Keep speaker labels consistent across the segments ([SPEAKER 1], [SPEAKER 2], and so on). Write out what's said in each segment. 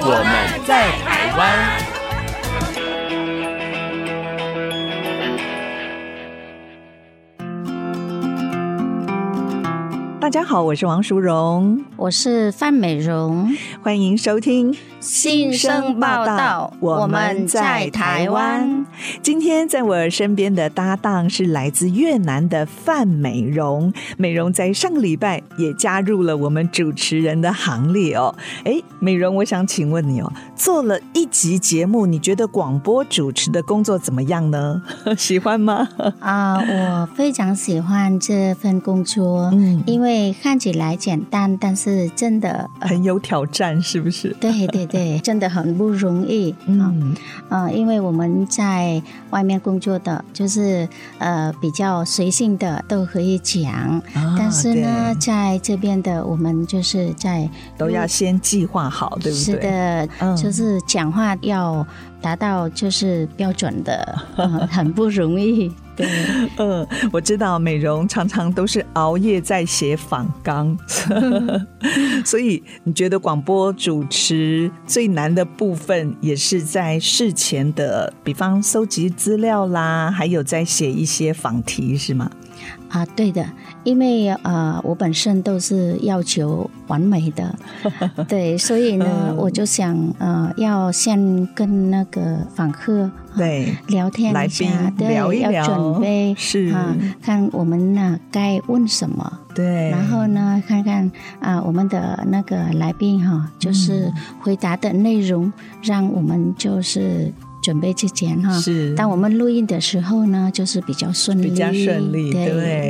[SPEAKER 1] 我们在台湾。
[SPEAKER 2] 大家好，我是王淑荣，
[SPEAKER 3] 我是范美容，
[SPEAKER 2] 欢迎收听。
[SPEAKER 3] 新生报道，我们在台湾。
[SPEAKER 2] 今天在我身边的搭档是来自越南的范美容，美容在上个礼拜也加入了我们主持人的行列哦。哎，美容，我想请问你哦，做了一集节目，你觉得广播主持的工作怎么样呢？ 喜欢吗？
[SPEAKER 3] 啊、我非常喜欢这份工作，
[SPEAKER 2] 嗯
[SPEAKER 3] 因为看起来简单，但是真的，呃
[SPEAKER 2] 很有挑战，是不是？
[SPEAKER 3] 对对 对，真的很不容易。嗯
[SPEAKER 2] 嗯
[SPEAKER 3] 呃，因为我们在外面工作的，就是呃比较随性的都可以讲，
[SPEAKER 2] 啊
[SPEAKER 3] 但是呢，
[SPEAKER 2] 对
[SPEAKER 3] 在这边的我们就是在
[SPEAKER 2] 都要先计划好，对不对？
[SPEAKER 3] 嗯是的，
[SPEAKER 2] 嗯
[SPEAKER 3] 就是讲话要达到就是标准 的，嗯很不容易。对，
[SPEAKER 2] 嗯， 我知道美容常常都是熬夜在写访纲， 所以你觉得广播主持最难的部分也是在事前的，比方搜集资料啦，还有在写一些访题是吗？
[SPEAKER 3] 啊，对的，因为呃，我本身都是要求完美 的，对，所以呢，
[SPEAKER 2] 嗯
[SPEAKER 3] 我就想呃，要先跟那个访客呃
[SPEAKER 2] 对，
[SPEAKER 3] 聊天
[SPEAKER 2] 来
[SPEAKER 3] 一
[SPEAKER 2] 宾
[SPEAKER 3] 下，对，
[SPEAKER 2] 聊一聊，
[SPEAKER 3] 要准备
[SPEAKER 2] 是，
[SPEAKER 3] 啊，看我们呢、该问什么，
[SPEAKER 2] 对，
[SPEAKER 3] 然后呢，看看啊、我们的那个来宾哈、就是回答的内容，让我们就是准备之前哈、
[SPEAKER 2] 是，
[SPEAKER 3] 当我们录音的时候呢，就是比较顺利，
[SPEAKER 2] 比较顺利，
[SPEAKER 3] 嗯
[SPEAKER 2] 对不对？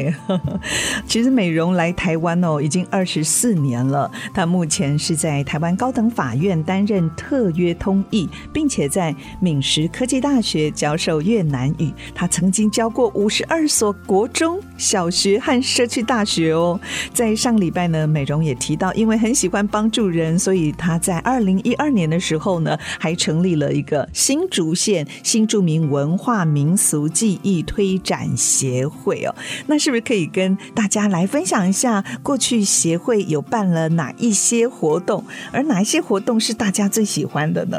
[SPEAKER 2] 其实美容来台湾哦，已经二十四年了。她目前是在台湾高等法院担任特约通译，并且在闽石科技大学教授越南语。她曾经教过五十二所国中小学和社区大学哦。在上礼拜呢，美容也提到，因为很喜欢帮助人，所以她在二零一二年的时候呢，还成立了一个新竹县新著名文化民俗技艺推展协会哦。那是不是可以跟大家来分享一下，过去协会有办了哪一些活动，而哪一些活动是大家最喜欢的呢？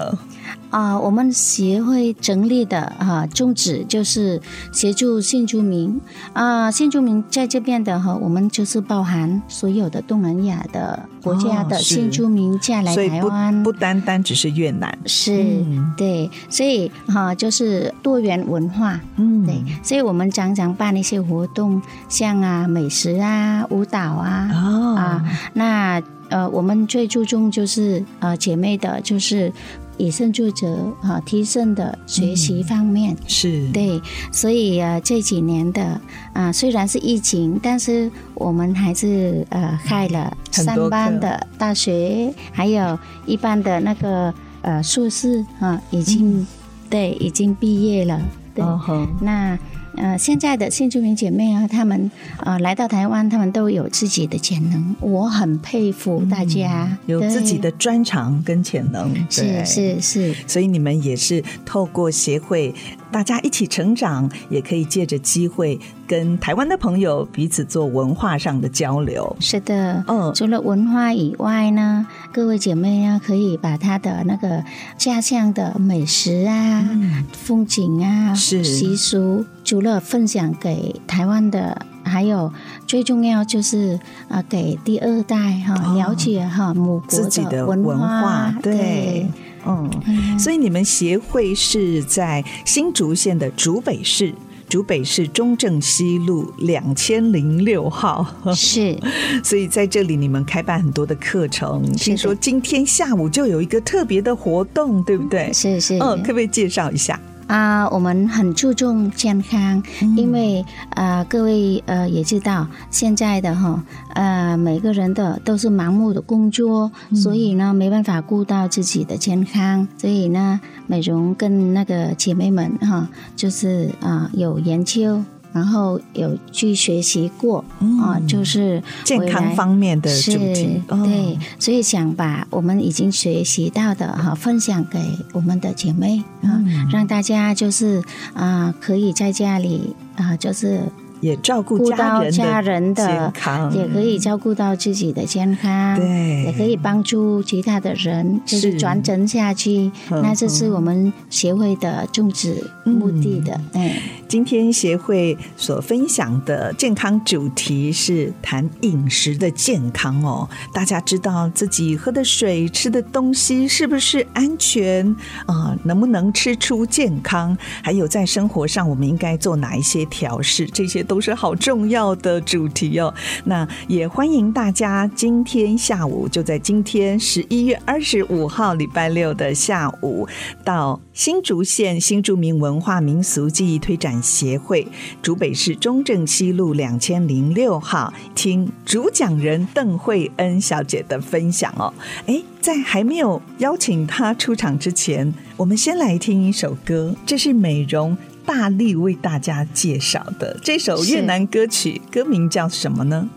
[SPEAKER 3] 啊、我们协会成立的啊、宗旨就是协助新住民啊、新住民在这边的哈、我们就是包含所有的东南亚的国家
[SPEAKER 2] 哦
[SPEAKER 3] 的
[SPEAKER 2] 是
[SPEAKER 3] 新住民嫁来
[SPEAKER 2] 所以
[SPEAKER 3] 台湾，
[SPEAKER 2] 不不单单只是越南，
[SPEAKER 3] 是、
[SPEAKER 2] 嗯
[SPEAKER 3] 对，所以哈、就是多元文化，
[SPEAKER 2] 嗯
[SPEAKER 3] 对，所以我们常常办一些活动，像啊美食啊、舞蹈啊，
[SPEAKER 2] 哦
[SPEAKER 3] 啊，那呃，我们最注重就是呃姐妹的，就是以身作则啊、呃提升的学习
[SPEAKER 2] 嗯
[SPEAKER 3] 方面。
[SPEAKER 2] 是，
[SPEAKER 3] 对，所以呃这几年的啊、呃虽然是疫情，但是我们还是呃开了
[SPEAKER 2] 很
[SPEAKER 3] 三
[SPEAKER 2] 多课
[SPEAKER 3] 班的大学，还有一般的那个呃硕士啊、已经、对已经毕业了。对，
[SPEAKER 2] 嗯哼，
[SPEAKER 3] 那呃，现在的新住民姐妹啊，她们呃来到台湾，她们都有自己的潜能，我很佩服大家，
[SPEAKER 2] 嗯有
[SPEAKER 3] 对
[SPEAKER 2] 自己的专长跟潜能，对
[SPEAKER 3] 是是是，
[SPEAKER 2] 所以你们也是透过协会，大家一起成长，也可以借着机会跟台湾的朋友彼此做文化上的交流。
[SPEAKER 3] 是的。
[SPEAKER 2] 嗯，
[SPEAKER 3] 除了文化以外呢，各位姐妹呢，可以把她的那个家乡的美食啊、风景啊、
[SPEAKER 2] 嗯是
[SPEAKER 3] 习俗，除了分享给台湾的，还有最重要就是啊、呃给第二代哈、
[SPEAKER 2] 哦
[SPEAKER 3] 了解哈、母国
[SPEAKER 2] 自己的
[SPEAKER 3] 文
[SPEAKER 2] 文化，对，嗯，
[SPEAKER 3] 嗯
[SPEAKER 2] 所以你们协会是在新竹县的竹北市。竹北市中正西路两千零六号，
[SPEAKER 3] 是，
[SPEAKER 2] 所以在这里你们开办很多的课程。
[SPEAKER 3] 是的
[SPEAKER 2] 听说今天下午就有一个特别的活动，对不对？
[SPEAKER 3] 是是。
[SPEAKER 2] 哦嗯，可不可以介绍一下？
[SPEAKER 3] 啊，我们很注重健康，
[SPEAKER 2] 嗯
[SPEAKER 3] 因为啊、各位呃也知道现在的哈呃每个人的都是盲目的工作，
[SPEAKER 2] 嗯
[SPEAKER 3] 所以呢没办法顾到自己的健康，所以呢美容跟那个姐妹们哈，就是啊、有研究。然后有去学习过啊、就是
[SPEAKER 2] 健
[SPEAKER 3] 未来
[SPEAKER 2] 康方面的嗯主
[SPEAKER 3] 是，
[SPEAKER 2] 题，哦
[SPEAKER 3] 对，所以想把我们已经学习到的哈、分享给我们的姐妹啊，
[SPEAKER 2] 嗯
[SPEAKER 3] 让大家就是啊、可以在家里啊、就是
[SPEAKER 2] 也照顾
[SPEAKER 3] 顾到家
[SPEAKER 2] 家人
[SPEAKER 3] 人
[SPEAKER 2] 的健
[SPEAKER 3] 的，
[SPEAKER 2] 康，
[SPEAKER 3] 也可以照顾到自己的健康，
[SPEAKER 2] 对
[SPEAKER 3] 也可以帮助其他的人，就是
[SPEAKER 2] 是
[SPEAKER 3] 传承下去。
[SPEAKER 2] 嗯
[SPEAKER 3] 那这是我们协会的宗旨目的的，
[SPEAKER 2] 嗯
[SPEAKER 3] 哎、
[SPEAKER 2] 今天协会所分享的健康主题是谈饮食的健康哦，大家知道自己喝的水、吃的东西是不是安全啊、能不能吃出健康？还有在生活上我们应该做哪一些调试？这些都是好重要的主题哦。那也欢迎大家今天下午就在今天十一月二十五号礼拜六的下午到新竹县新竹民文化民俗技艺推展协会竹北市中正西路两千零六号听主讲人邓慧恩小姐的分享哦。诶，在还没有邀请她出场之前，我们先来听一首歌，这是美容。大力为大家介绍的这首越
[SPEAKER 3] 是
[SPEAKER 2] 南歌曲，歌名叫什么呢？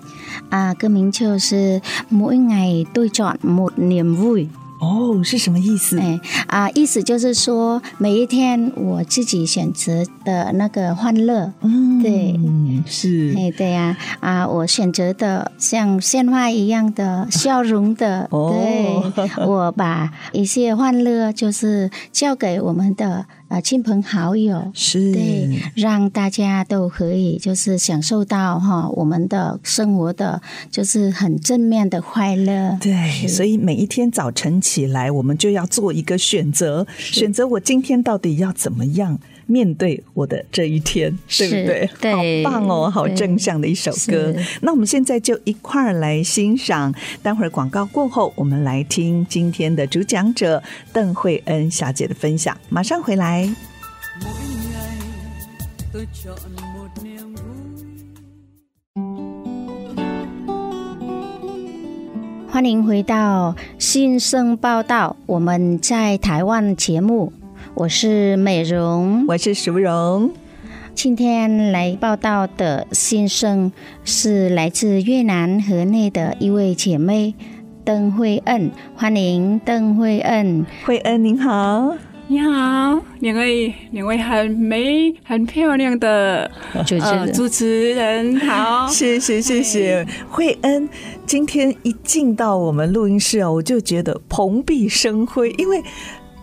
[SPEAKER 3] 啊，歌名就是每ngày tôi chọn một niềm vui。
[SPEAKER 2] 哦，是什么意思？
[SPEAKER 3] 哎啊、意思就是说，每一天我自己选择的那个欢乐。
[SPEAKER 2] 嗯，
[SPEAKER 3] 对，
[SPEAKER 2] 是
[SPEAKER 3] 哎，对呀、啊，我选择的像鲜花一样的笑容的，
[SPEAKER 2] 哦
[SPEAKER 3] 对， 我把一些欢乐就是交给我们的呃亲朋好友，
[SPEAKER 2] 是，
[SPEAKER 3] 对，让大家都可以就是享受到哈我们的生活的，就是很正面的快乐，
[SPEAKER 2] 对，所以每一天早晨起来，我们就要做一个选择，选择我今天到底要怎么样面对我的这一天，对不
[SPEAKER 3] 是
[SPEAKER 2] 对？
[SPEAKER 3] 对
[SPEAKER 2] 好棒哦，好
[SPEAKER 3] 对
[SPEAKER 2] 正向的一首歌
[SPEAKER 3] 是。
[SPEAKER 2] 那我们现在就一块儿来欣赏，待会儿广告过后，我们来听今天的主讲者邓慧恩小姐的分享，马上回来。
[SPEAKER 4] mỗi ngày tôi chọn một niềm vui
[SPEAKER 3] 欢迎回到新生报道，我们在台湾节目，我是美容。
[SPEAKER 2] 我是淑荣，
[SPEAKER 3] 今天来报道的新生是来自越南河内的一位姐妹邓慧恩，欢迎邓慧 恩。
[SPEAKER 2] 慧恩您好。
[SPEAKER 5] 你好，两位两位很美很漂亮的
[SPEAKER 3] 主持人
[SPEAKER 5] 呃、主持人好，
[SPEAKER 2] 谢谢谢谢慧恩，今天一进到我们录音室哦，我就觉得蓬荜生辉，因为。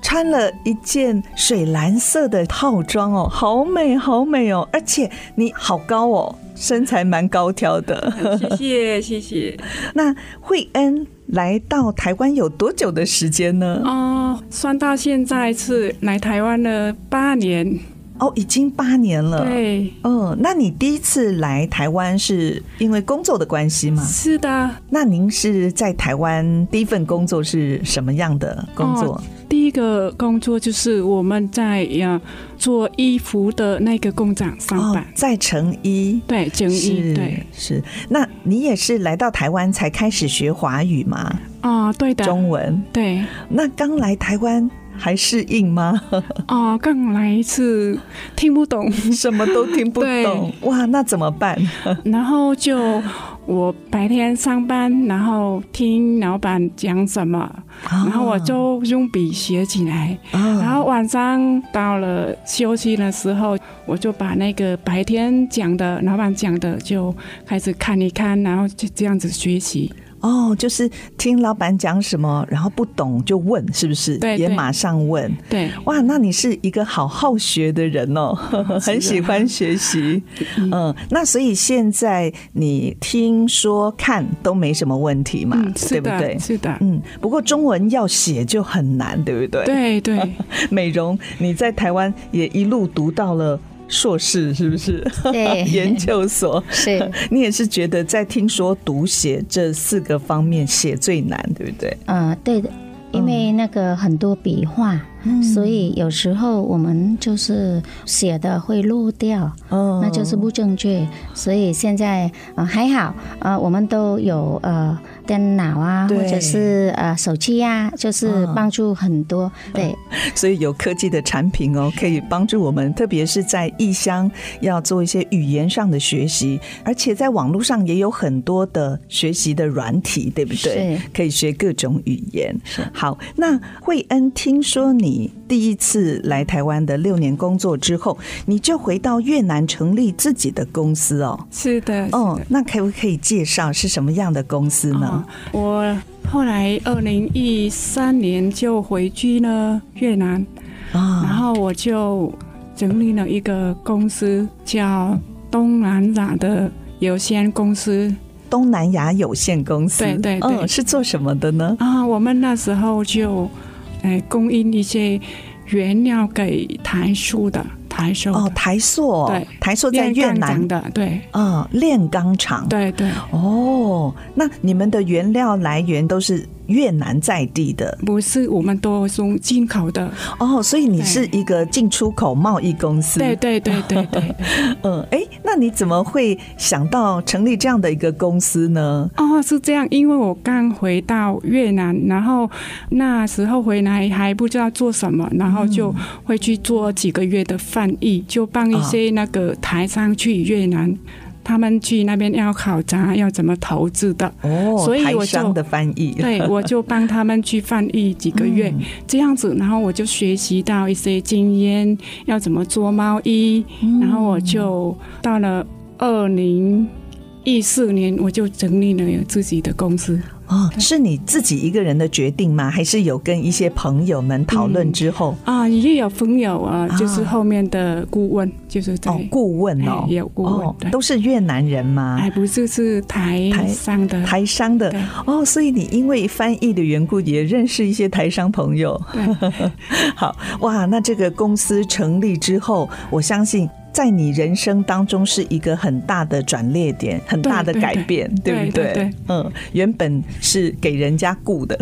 [SPEAKER 2] 穿了一件水蓝色的套装哦，好美好美哦！而且你好高哦，身材蛮高挑的。
[SPEAKER 5] 谢谢谢谢
[SPEAKER 2] 那慧恩来到台湾有多久的时间呢？
[SPEAKER 5] 哦，算到现在是来台湾了八年，
[SPEAKER 2] 哦，已经八年了。，
[SPEAKER 5] 对，
[SPEAKER 2] 嗯，那你第一次来台湾是因为工作的关系吗？
[SPEAKER 5] 是的，
[SPEAKER 2] 那您是在台湾第一份工作是什么样的工作？
[SPEAKER 5] 哦第一个工作就是我们在呀做衣服的那个工厂上班，
[SPEAKER 2] 哦在成衣。
[SPEAKER 5] 对，整衣
[SPEAKER 2] 是
[SPEAKER 5] 对，
[SPEAKER 2] 是，那你也是来到台湾才开始学华语吗？
[SPEAKER 5] 啊、对的，
[SPEAKER 2] 中文？
[SPEAKER 5] 对，
[SPEAKER 2] 那刚来台湾还适应 吗？
[SPEAKER 5] 啊、刚来是听不懂。
[SPEAKER 2] 什么都听不
[SPEAKER 5] 对
[SPEAKER 2] 懂，哇，那怎么办？
[SPEAKER 5] 然后就我白天上班，然后听老板讲什么，
[SPEAKER 2] 哦
[SPEAKER 5] 然后我就用笔写起来。然
[SPEAKER 2] 啊，
[SPEAKER 5] 后晚上到了休息的时候，我就把那个白天讲的、老板讲的就开始看一看，然后就这样子学习。
[SPEAKER 2] 哦，就是听老板讲什么，然后不懂就问，是不是？
[SPEAKER 5] 对
[SPEAKER 2] 也
[SPEAKER 5] 对
[SPEAKER 2] 马上问。
[SPEAKER 5] 对，
[SPEAKER 2] 哇，那你是一个好好学的人 哦，很喜欢学习。嗯，那所以现在你听说看都没什么问题嘛，
[SPEAKER 5] 嗯，
[SPEAKER 2] 对
[SPEAKER 5] 是
[SPEAKER 2] 不
[SPEAKER 5] 的，
[SPEAKER 2] 对？
[SPEAKER 5] 是的，
[SPEAKER 2] 嗯，不过中文要写就很难，对不对？，
[SPEAKER 5] 对
[SPEAKER 2] 哦
[SPEAKER 5] 对。
[SPEAKER 2] 美容你在台湾也一路读到了硕士，是不是？
[SPEAKER 3] 对
[SPEAKER 2] 研究所。
[SPEAKER 3] 是
[SPEAKER 2] 你也是觉得在听说读写这四个方面写最难，对不对？
[SPEAKER 3] 呃，对的，因为那个很多笔画，
[SPEAKER 2] 嗯
[SPEAKER 3] 所以有时候我们就是写的会漏掉，
[SPEAKER 2] 哦
[SPEAKER 3] 那就是不正确。所以现在呃还好，呃我们都有呃电脑啊，
[SPEAKER 2] 对
[SPEAKER 3] 或者是呃手机呀、就是
[SPEAKER 2] 嗯
[SPEAKER 3] 帮助很多。对，
[SPEAKER 2] 所以有科技的产品哦，可以帮助我们，特别是在异乡要做一些语言上的学习，而且在网络上也有很多的学习的软体，对不对
[SPEAKER 3] 是？
[SPEAKER 2] 可以学各种语言。好，那慧恩，听说你第一次来台湾的六年工作之后，你就回到越南成立自己的公司哦。
[SPEAKER 5] 是的，是的
[SPEAKER 2] 哦，那可不可以介绍是什么样的公司呢？
[SPEAKER 5] 哦我后来二零一三年就回去了越南，然
[SPEAKER 2] 啊、
[SPEAKER 5] 后我就成立了一个公司，叫东南亚的有限公司
[SPEAKER 2] 东南亚有限公司，
[SPEAKER 5] 对对对
[SPEAKER 2] 嗯，是做什么的呢？
[SPEAKER 5] 啊。我们那时候就，哎，供应一些原料给台塑的台塑
[SPEAKER 2] 哦，
[SPEAKER 5] 的
[SPEAKER 2] 台塑，
[SPEAKER 5] 对
[SPEAKER 2] 台塑在
[SPEAKER 5] 炼
[SPEAKER 2] 越
[SPEAKER 5] 钢
[SPEAKER 2] 南
[SPEAKER 5] 厂的，对
[SPEAKER 2] 啊，炼钢厂。
[SPEAKER 5] 对对，
[SPEAKER 2] 哦，那你们的原料来源都是越南在地的
[SPEAKER 5] 不是我们都是用进口的，
[SPEAKER 2] 哦，所以你
[SPEAKER 5] 对
[SPEAKER 2] 是一个进出口贸易公司。
[SPEAKER 5] 对对对对对。
[SPEAKER 2] 嗯，哎、那你怎么会想到成立这样的一个公司呢？
[SPEAKER 5] 哦，是这样，因为我刚回到越南，然后那时候回来还不知道做什么，然后就会去做几个月的翻译，就帮一些那个台商去越南，他们去那边要考察要怎么投资的，
[SPEAKER 2] 哦，
[SPEAKER 5] 所以
[SPEAKER 2] 台
[SPEAKER 5] 我就
[SPEAKER 2] 商的翻译，
[SPEAKER 5] 对我就帮他们去翻译几个月，这样子，然后我就学习到一些经验，要怎么做贸易，然后我就到了二零。一四年我就成立了自己的公司，
[SPEAKER 2] 哦，是你自己一个人的决定吗？还是有跟一些朋友们讨论之后？
[SPEAKER 5] 啊，也有朋友啊
[SPEAKER 2] 啊，
[SPEAKER 5] 就是后面的顾问，就是在
[SPEAKER 2] 哦，顾问哦
[SPEAKER 5] 哎，也有顾问
[SPEAKER 2] 哦
[SPEAKER 5] 对
[SPEAKER 2] 都是越南人吗？
[SPEAKER 5] 还不是是台
[SPEAKER 2] 台
[SPEAKER 5] 上的，
[SPEAKER 2] 台 商的
[SPEAKER 5] 对
[SPEAKER 2] 哦，所以你因为翻译的缘故，也认识一些台商朋友。 好哇，那这个公司成立之后，我相信。在你人生当中是一个很大的转捩点，很大的
[SPEAKER 5] 对对
[SPEAKER 2] 改变，
[SPEAKER 5] 对
[SPEAKER 2] 不
[SPEAKER 5] 对对
[SPEAKER 2] 嗯，原本是给人家雇的，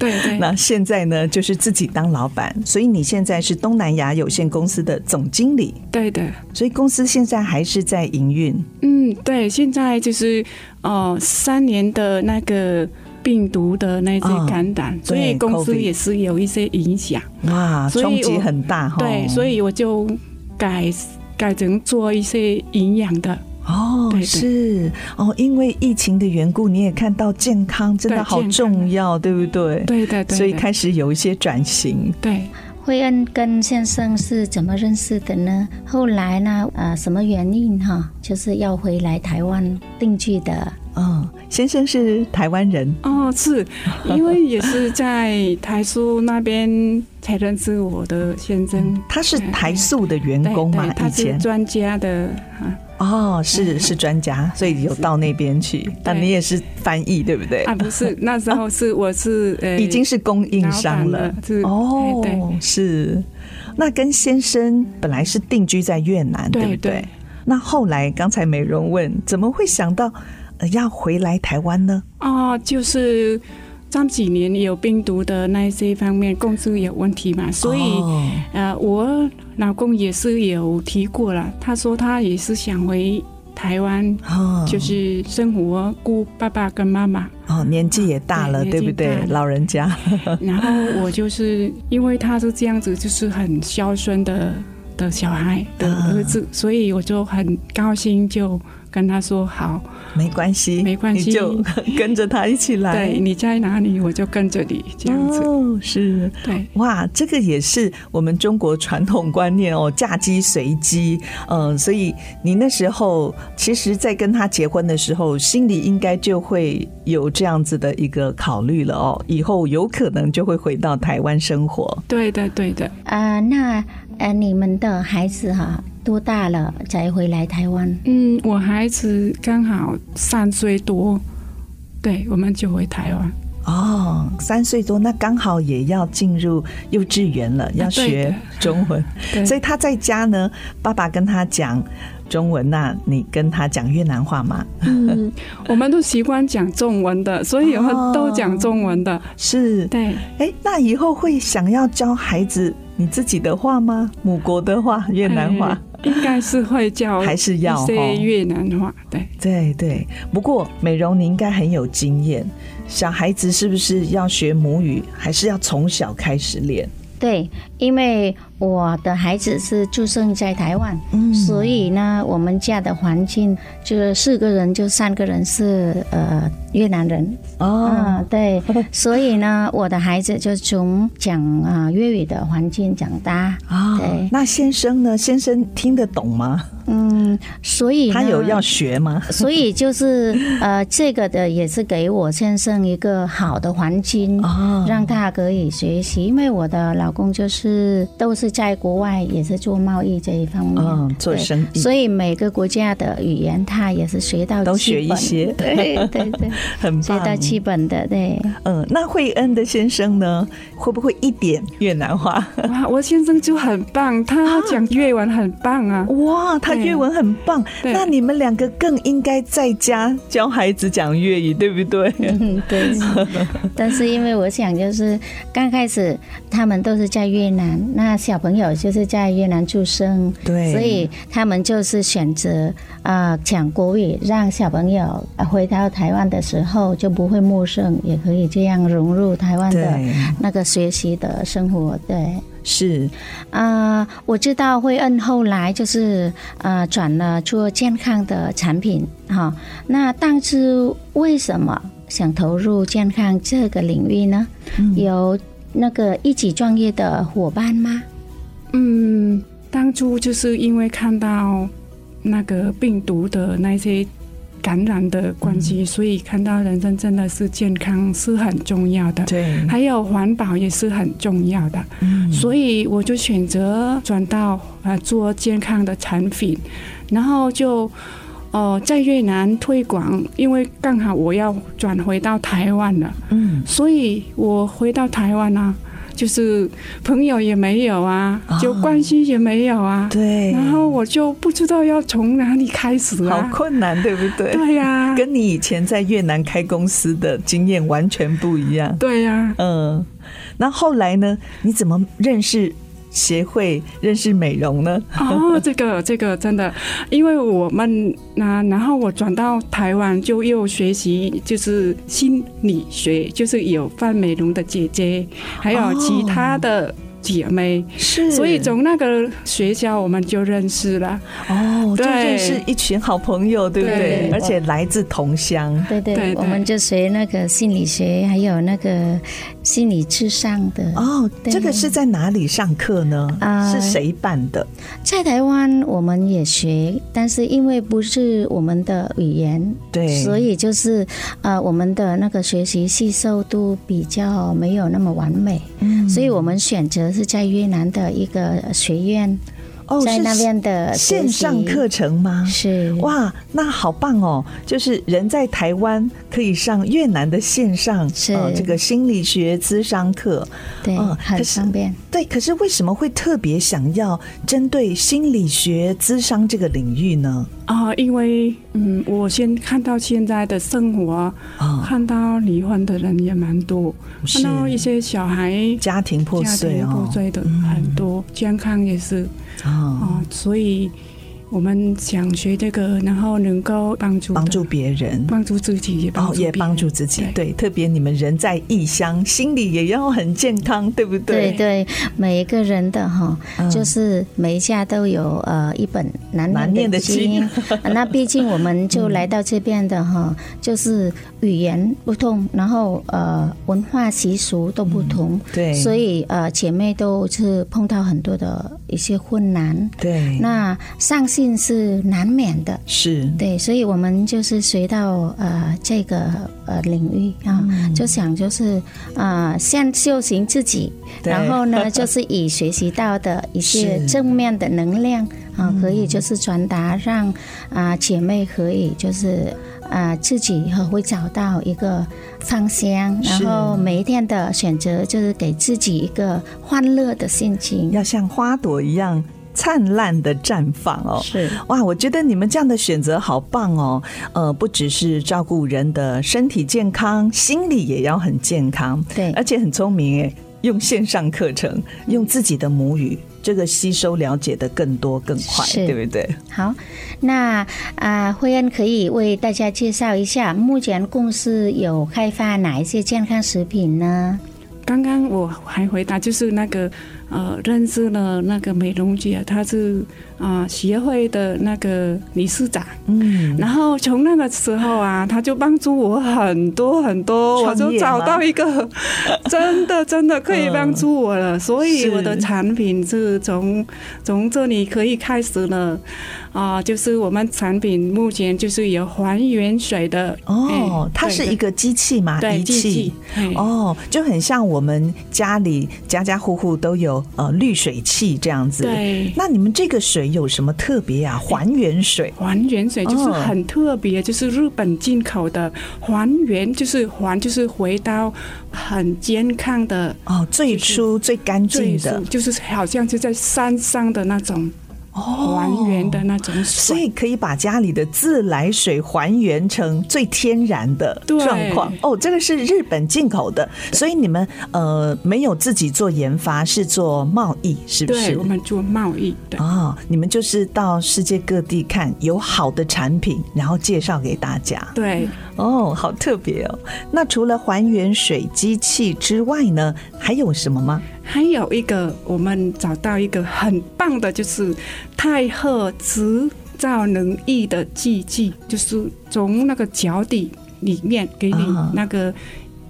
[SPEAKER 5] 对对
[SPEAKER 2] 那现在呢，就是自己当老板，所以你现在是东南亚有限公司的总经理，
[SPEAKER 5] 对的，
[SPEAKER 2] 所以公司现在还是在营运。
[SPEAKER 5] 嗯，对，现在就是呃三年的那个病毒的那些
[SPEAKER 2] 啊
[SPEAKER 5] 感染，所
[SPEAKER 2] 对
[SPEAKER 5] 以公司
[SPEAKER 2] COVID
[SPEAKER 5] 也是有一些影响，
[SPEAKER 2] 哇，
[SPEAKER 5] 所以
[SPEAKER 2] 冲击
[SPEAKER 5] 我
[SPEAKER 2] 很大哈。
[SPEAKER 5] 对，所以我就改改成做一些营养的，
[SPEAKER 2] 哦，
[SPEAKER 5] 对对
[SPEAKER 2] 是哦，因为疫情的缘故，你也看到健康真的
[SPEAKER 5] 对
[SPEAKER 2] 好
[SPEAKER 5] 健康
[SPEAKER 2] 重要，对不对？
[SPEAKER 5] 对对对，
[SPEAKER 2] 所以
[SPEAKER 5] 对
[SPEAKER 2] 开始有一些转型。
[SPEAKER 5] 对
[SPEAKER 3] 慧恩跟先生是怎么认识的呢？后来呢？呃，什么原因哈、就是要回来台湾定居的。
[SPEAKER 2] 嗯，先生是台湾人
[SPEAKER 5] 哦，是因为也是在台塑那边才认识我的先生，
[SPEAKER 2] 他是台塑的员
[SPEAKER 5] 对
[SPEAKER 2] 工嘛
[SPEAKER 5] 对，他
[SPEAKER 2] 以
[SPEAKER 5] 是
[SPEAKER 2] 前
[SPEAKER 5] 专家的啊
[SPEAKER 2] 哦，是是专家，所以有到那边去。但你也是翻译，对不对？
[SPEAKER 5] 啊，不是那时候是我是呃
[SPEAKER 2] 哎已经是供应商
[SPEAKER 5] 老
[SPEAKER 2] 了
[SPEAKER 5] 板了是哎对
[SPEAKER 2] 哦，是。那跟先生本来是定居在越南，
[SPEAKER 5] 对
[SPEAKER 2] 不对
[SPEAKER 5] 对？
[SPEAKER 2] 那后来刚才美容问，怎么会想到呃要回来台湾呢？
[SPEAKER 5] 哦，就是这几年有病毒的那一些方面，公司有问题嘛，所以、
[SPEAKER 2] 哦
[SPEAKER 5] 呃，我老公也是有提过了，他说他也是想回台湾，
[SPEAKER 2] 哦
[SPEAKER 5] 就是生活顾爸爸跟妈妈。
[SPEAKER 2] 哦，年纪也大了，对
[SPEAKER 5] 对
[SPEAKER 2] 不
[SPEAKER 5] 年纪
[SPEAKER 2] 对？
[SPEAKER 5] 大了
[SPEAKER 2] 老人 家
[SPEAKER 5] 然后我就是因为他是这样子，就是很孝顺的的小孩
[SPEAKER 2] 嗯
[SPEAKER 5] 的儿子，所以我就很高兴，就跟他说好，
[SPEAKER 2] 没关系，
[SPEAKER 5] 没关系
[SPEAKER 2] 你 就跟着他一起来。
[SPEAKER 5] 对，你在哪里，我就跟着你这样子。
[SPEAKER 2] 哦，是
[SPEAKER 5] 对，
[SPEAKER 2] 哇，这个也是我们中国传统观念哦， 嫁鸡随鸡。嗯、所以你那时候其实，在跟他结婚的时候，心里应该就会有这样子的一个考虑了哦，以后有可能就会回到台湾生活。
[SPEAKER 5] 对的，对的。
[SPEAKER 3] 呃，那呃，你们的孩子哈、多大了才回来台湾？
[SPEAKER 5] 嗯，我孩子刚好三岁多，对，我们就回台湾。
[SPEAKER 2] 哦，三岁多，那刚好也要进入幼稚园了，要
[SPEAKER 5] 啊对的
[SPEAKER 2] 学中文。
[SPEAKER 5] 对
[SPEAKER 2] 所以他在家呢，爸爸跟他讲中文，那你跟他讲越南话吗？
[SPEAKER 3] 嗯，
[SPEAKER 5] 我们都习惯讲中文的，所以我们都讲中 文的。
[SPEAKER 2] 是，
[SPEAKER 5] 对，
[SPEAKER 2] 哎，那以后会想要教孩子你自己的话吗？母国的话，越南话。
[SPEAKER 5] 哎应该是会叫，
[SPEAKER 2] 还是要
[SPEAKER 5] 一些
[SPEAKER 2] 哦
[SPEAKER 5] 越南话。对，
[SPEAKER 2] 对对，不过美容你应该很有经验。小孩子是不是要学母语，还是要从小开始练？
[SPEAKER 3] 对，因为我的孩子是出生在台湾，
[SPEAKER 2] 嗯
[SPEAKER 3] 所以呢，我们家的环境就是四个人，就三个人是呃越南人，
[SPEAKER 2] 哦，
[SPEAKER 3] 啊，对，所以呢，我的孩子就从讲啊、粤语的环境长大，
[SPEAKER 2] 啊
[SPEAKER 3] 对，
[SPEAKER 2] 那先生呢？先生听得懂吗？
[SPEAKER 3] 嗯，所以呢
[SPEAKER 2] 他有要学吗？
[SPEAKER 3] 所以就是 呃，这个的也是给我先生一个好的环境，
[SPEAKER 2] 哦
[SPEAKER 3] 让他可以学习。因为我的老公就是都是在国外，也是做贸易这一方面，
[SPEAKER 2] 嗯做
[SPEAKER 3] 对
[SPEAKER 2] 生意
[SPEAKER 3] 所以每个国家的语言他也是学到
[SPEAKER 2] 都
[SPEAKER 3] 基
[SPEAKER 2] 学一
[SPEAKER 3] 本
[SPEAKER 2] 些
[SPEAKER 3] 对对 对，
[SPEAKER 2] 很
[SPEAKER 3] 学到
[SPEAKER 2] 棒。
[SPEAKER 3] 基本的对。
[SPEAKER 2] 嗯，那惠恩的先生呢？会不会一点越南话？
[SPEAKER 5] 哇，我先生就很棒，他讲越文很棒啊。
[SPEAKER 2] 哇，他
[SPEAKER 5] 对
[SPEAKER 2] 粤文很棒。
[SPEAKER 5] 对
[SPEAKER 2] 那你们两个更应该在家教孩子讲粤语，对不对？
[SPEAKER 3] 嗯， 对。但是因为我想，就是刚开始他们都是在越南，那小朋友就是在越南出生，
[SPEAKER 2] 对
[SPEAKER 3] 所以他们就是选择啊讲国语，让小朋友呃回到台湾的时候就不会陌生，也可以这样融入台湾的
[SPEAKER 2] 对
[SPEAKER 3] 那个学习的生活。对，
[SPEAKER 2] 是
[SPEAKER 3] 啊，我知道惠恩后来就是呃转了做健康的产品哈、那当初为什么想投入健康这个领域呢？
[SPEAKER 2] 嗯
[SPEAKER 3] 有那个一起创业的伙伴吗？
[SPEAKER 5] 嗯，当初就是因为看到那个病毒的那些感染的关系，所以看到人生真的是健康是很重要的。
[SPEAKER 2] 对，
[SPEAKER 5] 还有环保也是很重要的，
[SPEAKER 2] 嗯
[SPEAKER 5] 所以我就选择转到呃做健康的产品，然后就呃在越南推广，因为刚好我要转回到台湾了，
[SPEAKER 2] 嗯，
[SPEAKER 5] 所以我回到台湾啊，就是朋友也没有啊，就关系也没有啊，
[SPEAKER 2] 对，
[SPEAKER 5] 然后我就不知道要从哪里开始
[SPEAKER 2] 好
[SPEAKER 5] 啊，
[SPEAKER 2] 困难，对不对？
[SPEAKER 5] 对呀、
[SPEAKER 2] 跟你以前在越南开公司的经验完全不一样。
[SPEAKER 5] 对呀、
[SPEAKER 2] 嗯，那后来呢？你怎么认识协会、认识美容呢？
[SPEAKER 5] 哦，这个这个真的，因为我们那、然后我转到台湾就又学习就是心理学，就是有范美容的姐姐，还有其他的姐妹，
[SPEAKER 2] 哦是
[SPEAKER 5] 所以从那个学校我们就认识了。
[SPEAKER 2] 哦，就
[SPEAKER 5] 对
[SPEAKER 2] 认识一群好朋友，对不对？
[SPEAKER 5] 对
[SPEAKER 2] 而且来自同乡。
[SPEAKER 3] 对对，
[SPEAKER 5] 对对
[SPEAKER 3] 我们就学那个心理学，还有那个心理智商的。
[SPEAKER 2] 哦，
[SPEAKER 3] 对
[SPEAKER 2] 这个是在哪里上课呢？
[SPEAKER 3] 啊
[SPEAKER 2] 是谁办的？
[SPEAKER 3] 在台湾我们也学，但是因为不是我们的语言，
[SPEAKER 2] 对，
[SPEAKER 3] 所以就是呃，我们的那个学习吸收度比较没有那么完美，
[SPEAKER 2] 嗯
[SPEAKER 3] 所以我们选择是在越南的一个学院，
[SPEAKER 2] 哦
[SPEAKER 3] 在那边的
[SPEAKER 2] 是
[SPEAKER 3] 学
[SPEAKER 2] 线
[SPEAKER 3] 习
[SPEAKER 2] 上课程吗？
[SPEAKER 3] 是
[SPEAKER 2] 哇，哦那好棒哦！就是人在台湾可以上越南的线上
[SPEAKER 3] 是
[SPEAKER 2] 呃这个心理学咨商课，
[SPEAKER 3] 对，
[SPEAKER 2] 嗯可
[SPEAKER 3] 很
[SPEAKER 2] 是
[SPEAKER 3] 方便。
[SPEAKER 2] 对。可是为什么会特别想要针对心理学咨商这个领域呢？
[SPEAKER 5] 啊、因为嗯，我先看到现在的生活，
[SPEAKER 2] 啊、
[SPEAKER 5] 看到离婚的人也蛮多，
[SPEAKER 2] 是
[SPEAKER 5] 看到哦一些小孩
[SPEAKER 2] 家庭破
[SPEAKER 5] 家
[SPEAKER 2] 碎
[SPEAKER 5] 庭
[SPEAKER 2] 哦
[SPEAKER 5] 破，碎的很多，健康也是。
[SPEAKER 2] 啊、
[SPEAKER 5] 哦，所以我们想学这个，然后能够帮助的
[SPEAKER 2] 帮助别人。
[SPEAKER 5] 帮助自己，也帮
[SPEAKER 2] 哦
[SPEAKER 5] 助，别
[SPEAKER 2] 也
[SPEAKER 5] 人
[SPEAKER 2] 帮助自己，
[SPEAKER 5] 对
[SPEAKER 2] 对，特别你们人在异乡，心理也要很健康，对不对？
[SPEAKER 3] 对对，每一个人的哈，
[SPEAKER 2] 嗯
[SPEAKER 3] 就是每一家都有呃一本难
[SPEAKER 2] 难念
[SPEAKER 3] 念
[SPEAKER 2] 的
[SPEAKER 3] 的
[SPEAKER 2] 经
[SPEAKER 3] 经。 嗯那毕竟我们就来到这边的哈，就是语言不通，然后呃文化习俗都不同，
[SPEAKER 2] 对
[SPEAKER 3] 所以呃姐妹都是碰到很多的一些困难。
[SPEAKER 2] 对，
[SPEAKER 3] 那上信是难免的，
[SPEAKER 2] 是
[SPEAKER 3] 对，所以我们就是学到呃这个呃领域啊，就想就是呃先修行自己，
[SPEAKER 2] 对
[SPEAKER 3] 然 后呢就是以学习到的一些
[SPEAKER 2] 是嗯
[SPEAKER 3] 正面的能量啊，可以就是传达，让啊、姐妹可以就是。啊，自己和会找到一个方向，然
[SPEAKER 2] 是
[SPEAKER 3] 后每一天的选择就是给自己一个欢乐的心情。
[SPEAKER 2] 要像花朵一样灿烂的绽放哦。
[SPEAKER 3] 是
[SPEAKER 2] 哇，我觉得你们这样的选择好棒哦。呃，不只是照顾人的身体健康，心理也要很健康。
[SPEAKER 3] 对
[SPEAKER 2] 而且很聪明哎，用线上课程，
[SPEAKER 5] 嗯
[SPEAKER 2] 用自己的母语，这个吸收了解的更多更快，
[SPEAKER 3] 是
[SPEAKER 2] 对不对？
[SPEAKER 3] 好，那啊、慧恩可以为大家介绍一下，目前公司有开发哪一些健康食品呢？
[SPEAKER 5] 刚刚我还回答，就是那个呃，认识了那个美容姐，她是啊、协会的那个理事长，
[SPEAKER 2] 嗯，
[SPEAKER 5] 然后从那个时候啊，她就帮助我很多很多，我
[SPEAKER 2] 创业吗
[SPEAKER 5] 就找到一个 真的真的可以帮助我了，所以
[SPEAKER 2] 哦是
[SPEAKER 5] 我的产品是从从这里可以开始了啊、就是我们产品目前就是有还原水的
[SPEAKER 2] 哦
[SPEAKER 5] 哎，
[SPEAKER 2] 它是一
[SPEAKER 5] 对
[SPEAKER 2] 个机器嘛，
[SPEAKER 5] 对
[SPEAKER 2] 仪
[SPEAKER 5] 机
[SPEAKER 2] 器
[SPEAKER 5] 器。哎
[SPEAKER 2] 哦，就很像我们家里家家户户都有呃滤水器这样子。
[SPEAKER 5] 对。
[SPEAKER 2] 那你们这个水有什么特别啊？还原水
[SPEAKER 5] 还原水就是很特别，就是日本进口的还原，就是还就是回到很健康的
[SPEAKER 2] 哦，最初最干
[SPEAKER 5] 最
[SPEAKER 2] 净的
[SPEAKER 5] 初就是好像就在山上的那种还原的那种
[SPEAKER 2] 哦所
[SPEAKER 5] 水。
[SPEAKER 2] 以可以把家里的自来水还原成最天然的
[SPEAKER 5] 对
[SPEAKER 2] 状况。哦，这个是日本进口的，所以你们呃没有自己做研发，是做贸易，是不
[SPEAKER 5] 对，
[SPEAKER 2] 是
[SPEAKER 5] 我？们做贸易的。
[SPEAKER 2] 哦，你们就是到世界各地看有好的产品，然后介绍给大家。
[SPEAKER 5] 对，
[SPEAKER 2] 哦，好特别哦！那除了还原水机器之外呢，还有什么吗？
[SPEAKER 5] 还有一个我们找到一个很棒的，就是太赫植造能力的技技，就是从那个脚底里面给你
[SPEAKER 2] 啊
[SPEAKER 5] 那个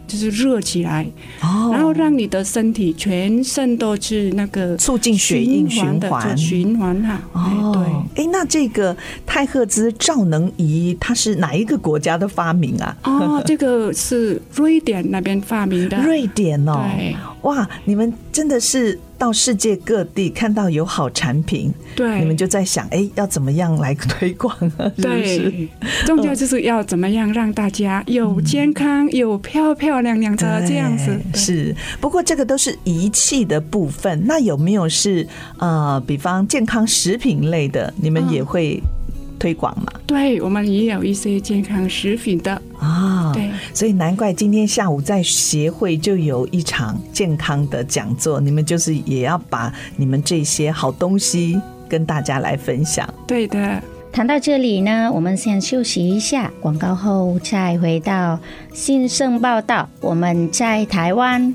[SPEAKER 5] 就是热起来，
[SPEAKER 2] 哦
[SPEAKER 5] 然后让你的身体全身都是那个
[SPEAKER 2] 促进血液
[SPEAKER 5] 循的做循环哈。
[SPEAKER 2] 哦
[SPEAKER 5] 哦，，
[SPEAKER 2] 哎，那这个泰赫兹照能仪，它是哪一个国家的发明啊？
[SPEAKER 5] 对，哦，这个是瑞典那边发明的。
[SPEAKER 2] 瑞典哦，
[SPEAKER 5] 对
[SPEAKER 2] 哇，你们真的是到世界各地看到有好产品，
[SPEAKER 5] 对，
[SPEAKER 2] 你们就在想，哎，要怎么样来 推广啊？是不是？
[SPEAKER 5] 对，重要就是要怎么样让大家又健康又漂漂亮亮的
[SPEAKER 2] 对
[SPEAKER 5] 这样子。对
[SPEAKER 2] 是，不过这个都是仪器的部分。那有没有是呃，比方健康食品类的，你们
[SPEAKER 5] 嗯
[SPEAKER 2] 也会推广嘛？
[SPEAKER 5] 对，我们也有一些健康食品的，
[SPEAKER 2] 啊，
[SPEAKER 5] 对，
[SPEAKER 2] 所以难怪今天下午在协会就有一场健康的讲座，你们就是也要把你们这些好东西跟大家来分享。
[SPEAKER 5] 对的。
[SPEAKER 3] 谈到这里呢，我们先休息一下，广告后再回到新生报道。我们在台湾，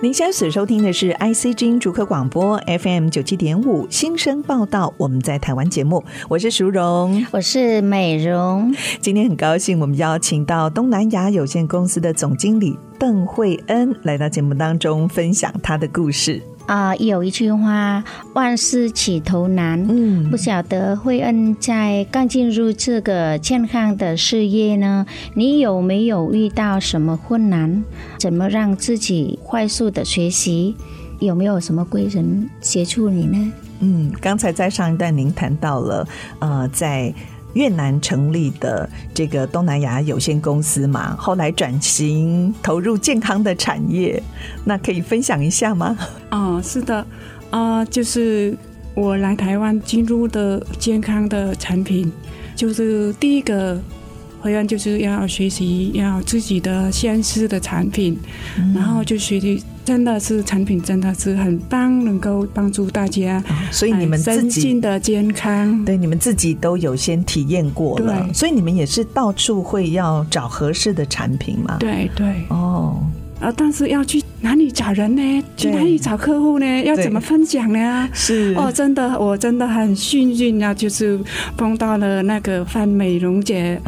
[SPEAKER 2] 您现在所收听的是 IC 之音逐客广播 FM 九七点五新生报道，我们在台湾节目，我是淑荣。
[SPEAKER 3] 我是美容，
[SPEAKER 2] 今天很高兴，我们邀请到东南亚有限公司的总经理邓慧恩来到节目当中分享她的故事。
[SPEAKER 3] 啊、有一句话，万事起头难。
[SPEAKER 2] 嗯
[SPEAKER 3] 不晓得慧恩在刚进入这个健康的事业呢，你有没有遇到什么困难？怎么让自己快速的学习？有没有什么贵人协助你呢？
[SPEAKER 2] 嗯，刚才在上一段您谈到了，呃，在越南成立的这个东南亚有限公司嘛，后来转型投入健康的产业，那可以分享一下 吗？
[SPEAKER 5] 哦、是的，啊，就是我来台湾进入的健康的产品，就是第一个。回来就是要学习，要自己的先师的产品，
[SPEAKER 2] 嗯
[SPEAKER 5] 然后就学习，真的是产品真的是很棒，能够帮助大家，
[SPEAKER 2] 所以你们
[SPEAKER 5] 哎
[SPEAKER 2] 自
[SPEAKER 5] 身
[SPEAKER 2] 己
[SPEAKER 5] 心的健康。
[SPEAKER 2] 对你们自己都有先体验过了，
[SPEAKER 5] 对
[SPEAKER 2] 所以你们也是到处会要找合适的产品嘛。
[SPEAKER 5] 对对，
[SPEAKER 2] 哦，
[SPEAKER 5] 啊，但是要去哪里找人呢？去
[SPEAKER 2] 对
[SPEAKER 5] 哪里找客户呢？要怎么分享呢？
[SPEAKER 2] 是
[SPEAKER 5] 哦，真的，我真的很幸运啊，就是碰到了那个范美容 姐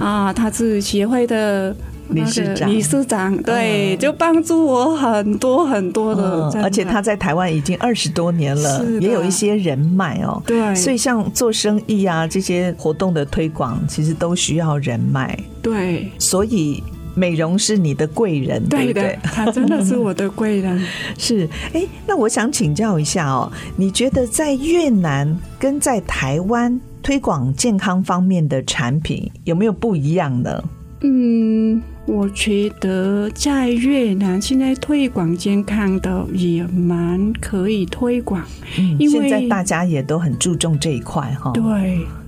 [SPEAKER 5] 啊，她是协会的那
[SPEAKER 2] 理
[SPEAKER 5] 个
[SPEAKER 2] 事长
[SPEAKER 5] 理事长对，就帮助我很多很多的
[SPEAKER 2] 嗯，
[SPEAKER 5] 真的
[SPEAKER 2] 而且他在台湾已经二十多年了
[SPEAKER 5] 是，的
[SPEAKER 2] 也有一些人脉哦。
[SPEAKER 5] 对，
[SPEAKER 2] 所以像做生意啊这些活动的推广，其实都需要人脉。
[SPEAKER 5] 对
[SPEAKER 2] 所以美容是你的贵人，对不
[SPEAKER 5] 对的
[SPEAKER 2] 对，？
[SPEAKER 5] 他真的是我的贵人。
[SPEAKER 2] 是，哎，那我想请教一下哦，你觉得在越南跟在台湾推广健康方面的产品有没有不一样呢？
[SPEAKER 5] 嗯，我觉得在越南现在推广健康的也蛮可以推广，因
[SPEAKER 2] 嗯
[SPEAKER 5] 为
[SPEAKER 2] 现在大家也都很注重这一块哈、
[SPEAKER 5] 对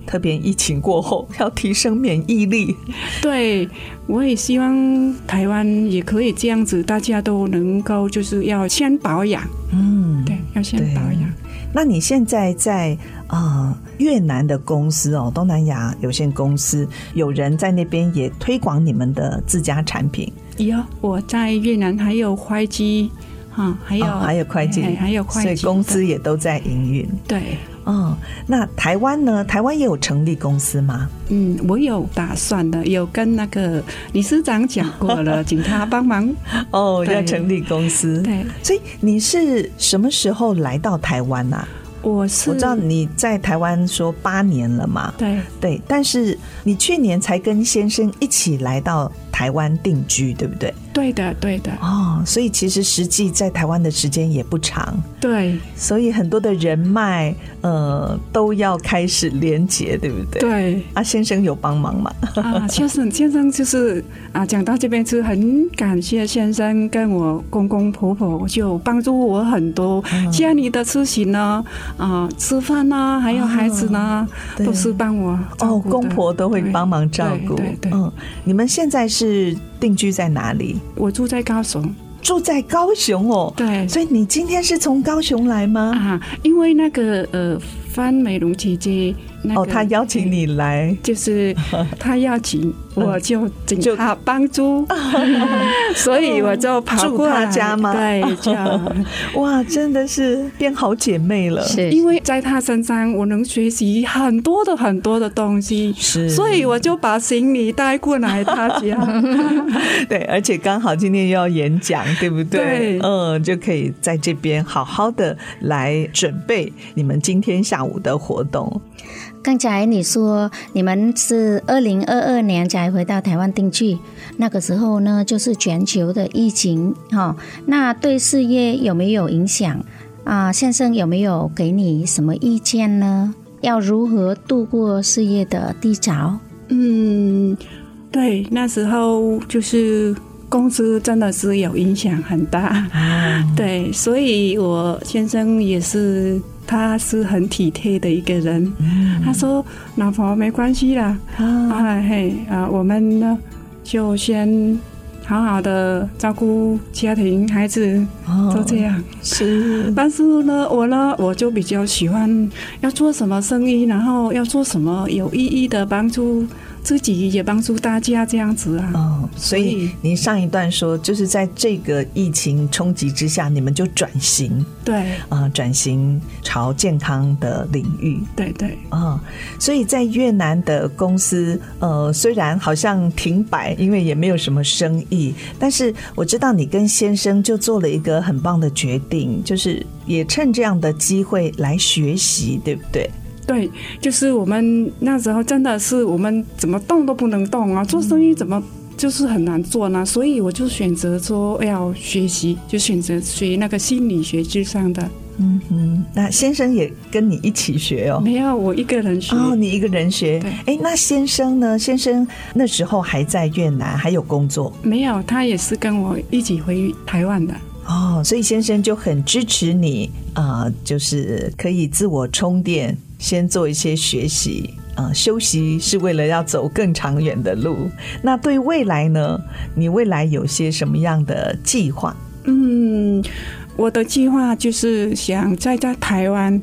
[SPEAKER 2] 特别疫情过后要提升免疫力，
[SPEAKER 5] 对，我也希望台湾也可以这样子，大家都能够就是要先保养，
[SPEAKER 2] 嗯，
[SPEAKER 5] 对，要先
[SPEAKER 2] 对
[SPEAKER 5] 保养。
[SPEAKER 2] 那你现在在呃越南的公司哦，东南亚有限公司，有人在那边也推广你们的自家产品，
[SPEAKER 5] 有我在越南还有会计，啊，还有、
[SPEAKER 2] 哦还有会计
[SPEAKER 5] 哎还有
[SPEAKER 2] 所
[SPEAKER 5] 会计
[SPEAKER 2] 以
[SPEAKER 5] 的，
[SPEAKER 2] 公司也都在营运。
[SPEAKER 5] 对。
[SPEAKER 2] 哦，那台湾呢？台湾也有成立公司吗？
[SPEAKER 5] 嗯，我有打算的，有跟那个理事长讲过 了，请他帮忙。
[SPEAKER 2] 哦，
[SPEAKER 5] 对
[SPEAKER 2] 要成立公司。
[SPEAKER 5] 对，
[SPEAKER 2] 所以你是什么时候来到台湾啊？
[SPEAKER 5] 我是
[SPEAKER 2] 我知道你在台湾说八年了嘛，
[SPEAKER 5] 对
[SPEAKER 2] 对，但是你去年才跟先生一起来到台湾定居，对不对？
[SPEAKER 5] 对的，对的，
[SPEAKER 2] 哦，所以其实实际在台湾的时间也不长，
[SPEAKER 5] 对
[SPEAKER 2] 所以很多的人脉呃都要开始连结，对不对？
[SPEAKER 5] 对
[SPEAKER 2] 啊，先生有帮忙嘛？
[SPEAKER 5] 啊，先生先生就是啊，讲到这边是很感谢先生跟我公公婆婆就帮助我很多，
[SPEAKER 2] 嗯
[SPEAKER 5] 家里的事情呢，啊，吃饭呢，还有孩子呢，
[SPEAKER 2] 嗯对
[SPEAKER 5] 都是帮我照
[SPEAKER 2] 哦，
[SPEAKER 5] 顾的
[SPEAKER 2] 公婆都会
[SPEAKER 5] 对
[SPEAKER 2] 帮忙照顾。
[SPEAKER 5] 对对对，
[SPEAKER 2] 嗯，你们现在是定居在哪里？
[SPEAKER 5] 我住在高雄，
[SPEAKER 2] 住在高雄哦。
[SPEAKER 5] 对
[SPEAKER 2] 所以你今天是从高雄来吗？
[SPEAKER 5] 啊，因为那个呃，范美容姐姐，那个
[SPEAKER 2] 哦，他邀请你来，
[SPEAKER 5] 就是他要 请，我就请
[SPEAKER 2] 就
[SPEAKER 5] 他帮 助， 所以我就跑过来
[SPEAKER 2] 住他家吗
[SPEAKER 5] 对，这样，
[SPEAKER 2] 哇，真的是变好姐妹了。
[SPEAKER 3] 是
[SPEAKER 5] 因为在他身上我能学习很多的很多的东西，
[SPEAKER 2] 是
[SPEAKER 5] 所以我就把行李带过来他 家。
[SPEAKER 2] 对，而且刚好今天又要演讲，对不对？
[SPEAKER 5] 对
[SPEAKER 2] 嗯，就可以在这边好好的来准备你们今天下午的活动。
[SPEAKER 3] 刚才你说你们是二零二二年才回到台湾定居，那个时候呢，就是全球的疫情哈、哦，那对事业有没有影响啊？先生有没有给你什么意见呢？要如何度过事业的低潮？
[SPEAKER 5] 嗯，对，那时候就是公司真的是有影响很大，
[SPEAKER 2] 嗯
[SPEAKER 5] 对，所以我先生也是，他是很体贴的一个人，他说：“老婆没关系啦，
[SPEAKER 2] 嗯啊，
[SPEAKER 5] 啊嘿啊，我们呢就先好好的照顾家庭、孩子，就这样。
[SPEAKER 2] 哦是
[SPEAKER 5] 但是呢，我呢，我就比较喜欢要做什么生意，然后要做什么有意义的，帮助自己也帮助大家这样子啊。
[SPEAKER 2] 哦，所
[SPEAKER 5] 所
[SPEAKER 2] 以
[SPEAKER 5] 以
[SPEAKER 2] 您上一段说，就是在这个疫情冲击之下，你们就转型
[SPEAKER 5] 对
[SPEAKER 2] 啊、呃转型朝健康的领域
[SPEAKER 5] 对对，
[SPEAKER 2] 啊、所以在越南的公司，呃，虽然好像停摆，因为也没有什么生意，但是我知道你跟先生就做了一个很棒的决定，就是也趁这样的机会来学习，对不对？
[SPEAKER 5] 对，就是我们那时候真的是我们怎么动都不能动啊，做生意怎么就是很难做呢？所以我就选择说要学习，就选择学那个心理学之上的，
[SPEAKER 2] 嗯哼，那先生也跟你一起学哦。
[SPEAKER 5] 没有我一个人学。
[SPEAKER 2] 哦，你一个人学
[SPEAKER 5] 对，
[SPEAKER 2] 哎，那先生呢？先生那时候还在越南，还有工作
[SPEAKER 5] 没有，他也是跟我一起回台湾的。
[SPEAKER 2] 哦，所以先生就很支持你，呃，就是可以自我充电，先做一些学习，呃，休息是为了要走更长远的路。那对未来呢？你未来有些什么样的计划？
[SPEAKER 5] 嗯，我的计划就是想在在台湾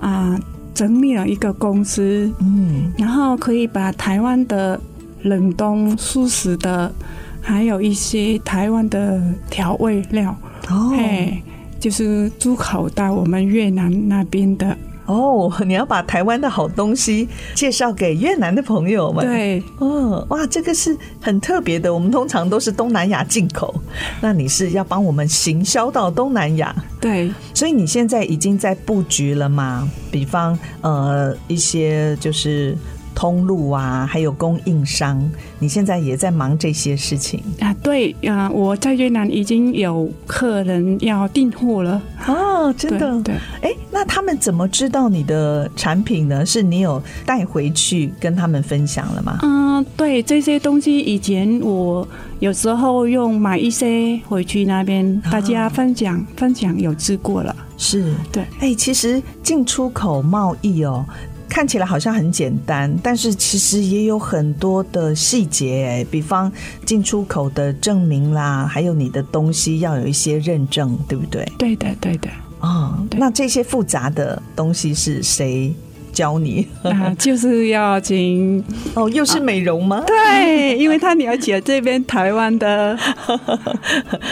[SPEAKER 5] 啊、整理了一个公司，
[SPEAKER 2] 嗯，
[SPEAKER 5] 然后可以把台湾的冷冻素食的，还有一些台湾的调味料，
[SPEAKER 2] 哦
[SPEAKER 5] 嘿，就是出口到我们越南那边的。
[SPEAKER 2] 哦，你要把台湾的好东西介绍给越南的朋友们。。
[SPEAKER 5] 对，
[SPEAKER 2] 嗯，哇，这个是很特别的。我们通常都是东南亚进口，那你是要帮我们行销到东南亚，
[SPEAKER 5] 对，
[SPEAKER 2] 所以你现在已经在布局了吗？比方呃，一些就是。通路啊，还有供应商，你现在也在忙这些事情
[SPEAKER 5] 啊，对啊、呃我在越南已经有客人要订货了，
[SPEAKER 2] 哦，真的。
[SPEAKER 5] 啊对，对
[SPEAKER 2] 哎，那他们怎么知道你的产品呢？是你有带回去跟他们分享了吗？
[SPEAKER 5] 嗯、对这些东西，以前我有时候用买一些回去那边大家分享、分享有吃过了，
[SPEAKER 2] 是
[SPEAKER 5] 对。
[SPEAKER 2] 哎，其实进出口贸易哦，看起来好像很简单，但是其实也有很多的细节，哎，比方进出口的证明啦，还有你的东西要有一些认证，对不对？
[SPEAKER 5] 对的， 对的，
[SPEAKER 2] 啊、
[SPEAKER 5] 对
[SPEAKER 2] 那这些复杂的东西是谁教你？
[SPEAKER 5] 啊、就是要请
[SPEAKER 2] 哦，又是美容吗？
[SPEAKER 5] 对，因为他了解这边台湾的，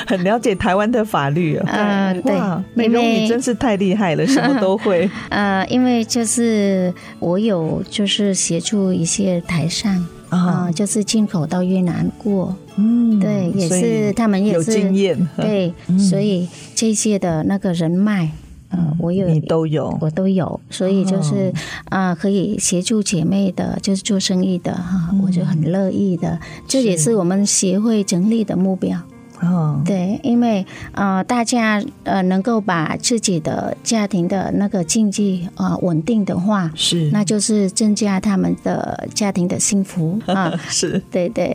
[SPEAKER 2] 很了解台湾的法律哦。
[SPEAKER 3] 嗯、对
[SPEAKER 2] 哇，，美
[SPEAKER 3] 因
[SPEAKER 2] 容
[SPEAKER 3] 为
[SPEAKER 2] 你真是太厉害了，什么都会。
[SPEAKER 3] 呃，因为就是我有就是协助一些台商 啊、
[SPEAKER 2] 啊，
[SPEAKER 3] 就是进口到越南过，
[SPEAKER 2] 嗯，
[SPEAKER 3] 对，也
[SPEAKER 2] 所以
[SPEAKER 3] 是他们也
[SPEAKER 2] 有
[SPEAKER 3] 是
[SPEAKER 2] 经验，
[SPEAKER 3] 对，所以这些的那个人脉，呃，我有
[SPEAKER 2] 嗯你都哦有，
[SPEAKER 3] 我都有，所以就是啊、可以协助姐妹的，就是做生意的哈、我
[SPEAKER 2] 嗯
[SPEAKER 3] 就很乐意的。这也是我们协会成立的目标，
[SPEAKER 2] 嗯，
[SPEAKER 3] 对，因为呃，大家呃能够把自己的家庭的那个经济啊、呃稳定的话，
[SPEAKER 2] 是，
[SPEAKER 3] 那就是增加他们的家庭的幸福啊、
[SPEAKER 2] 是，
[SPEAKER 3] 对对，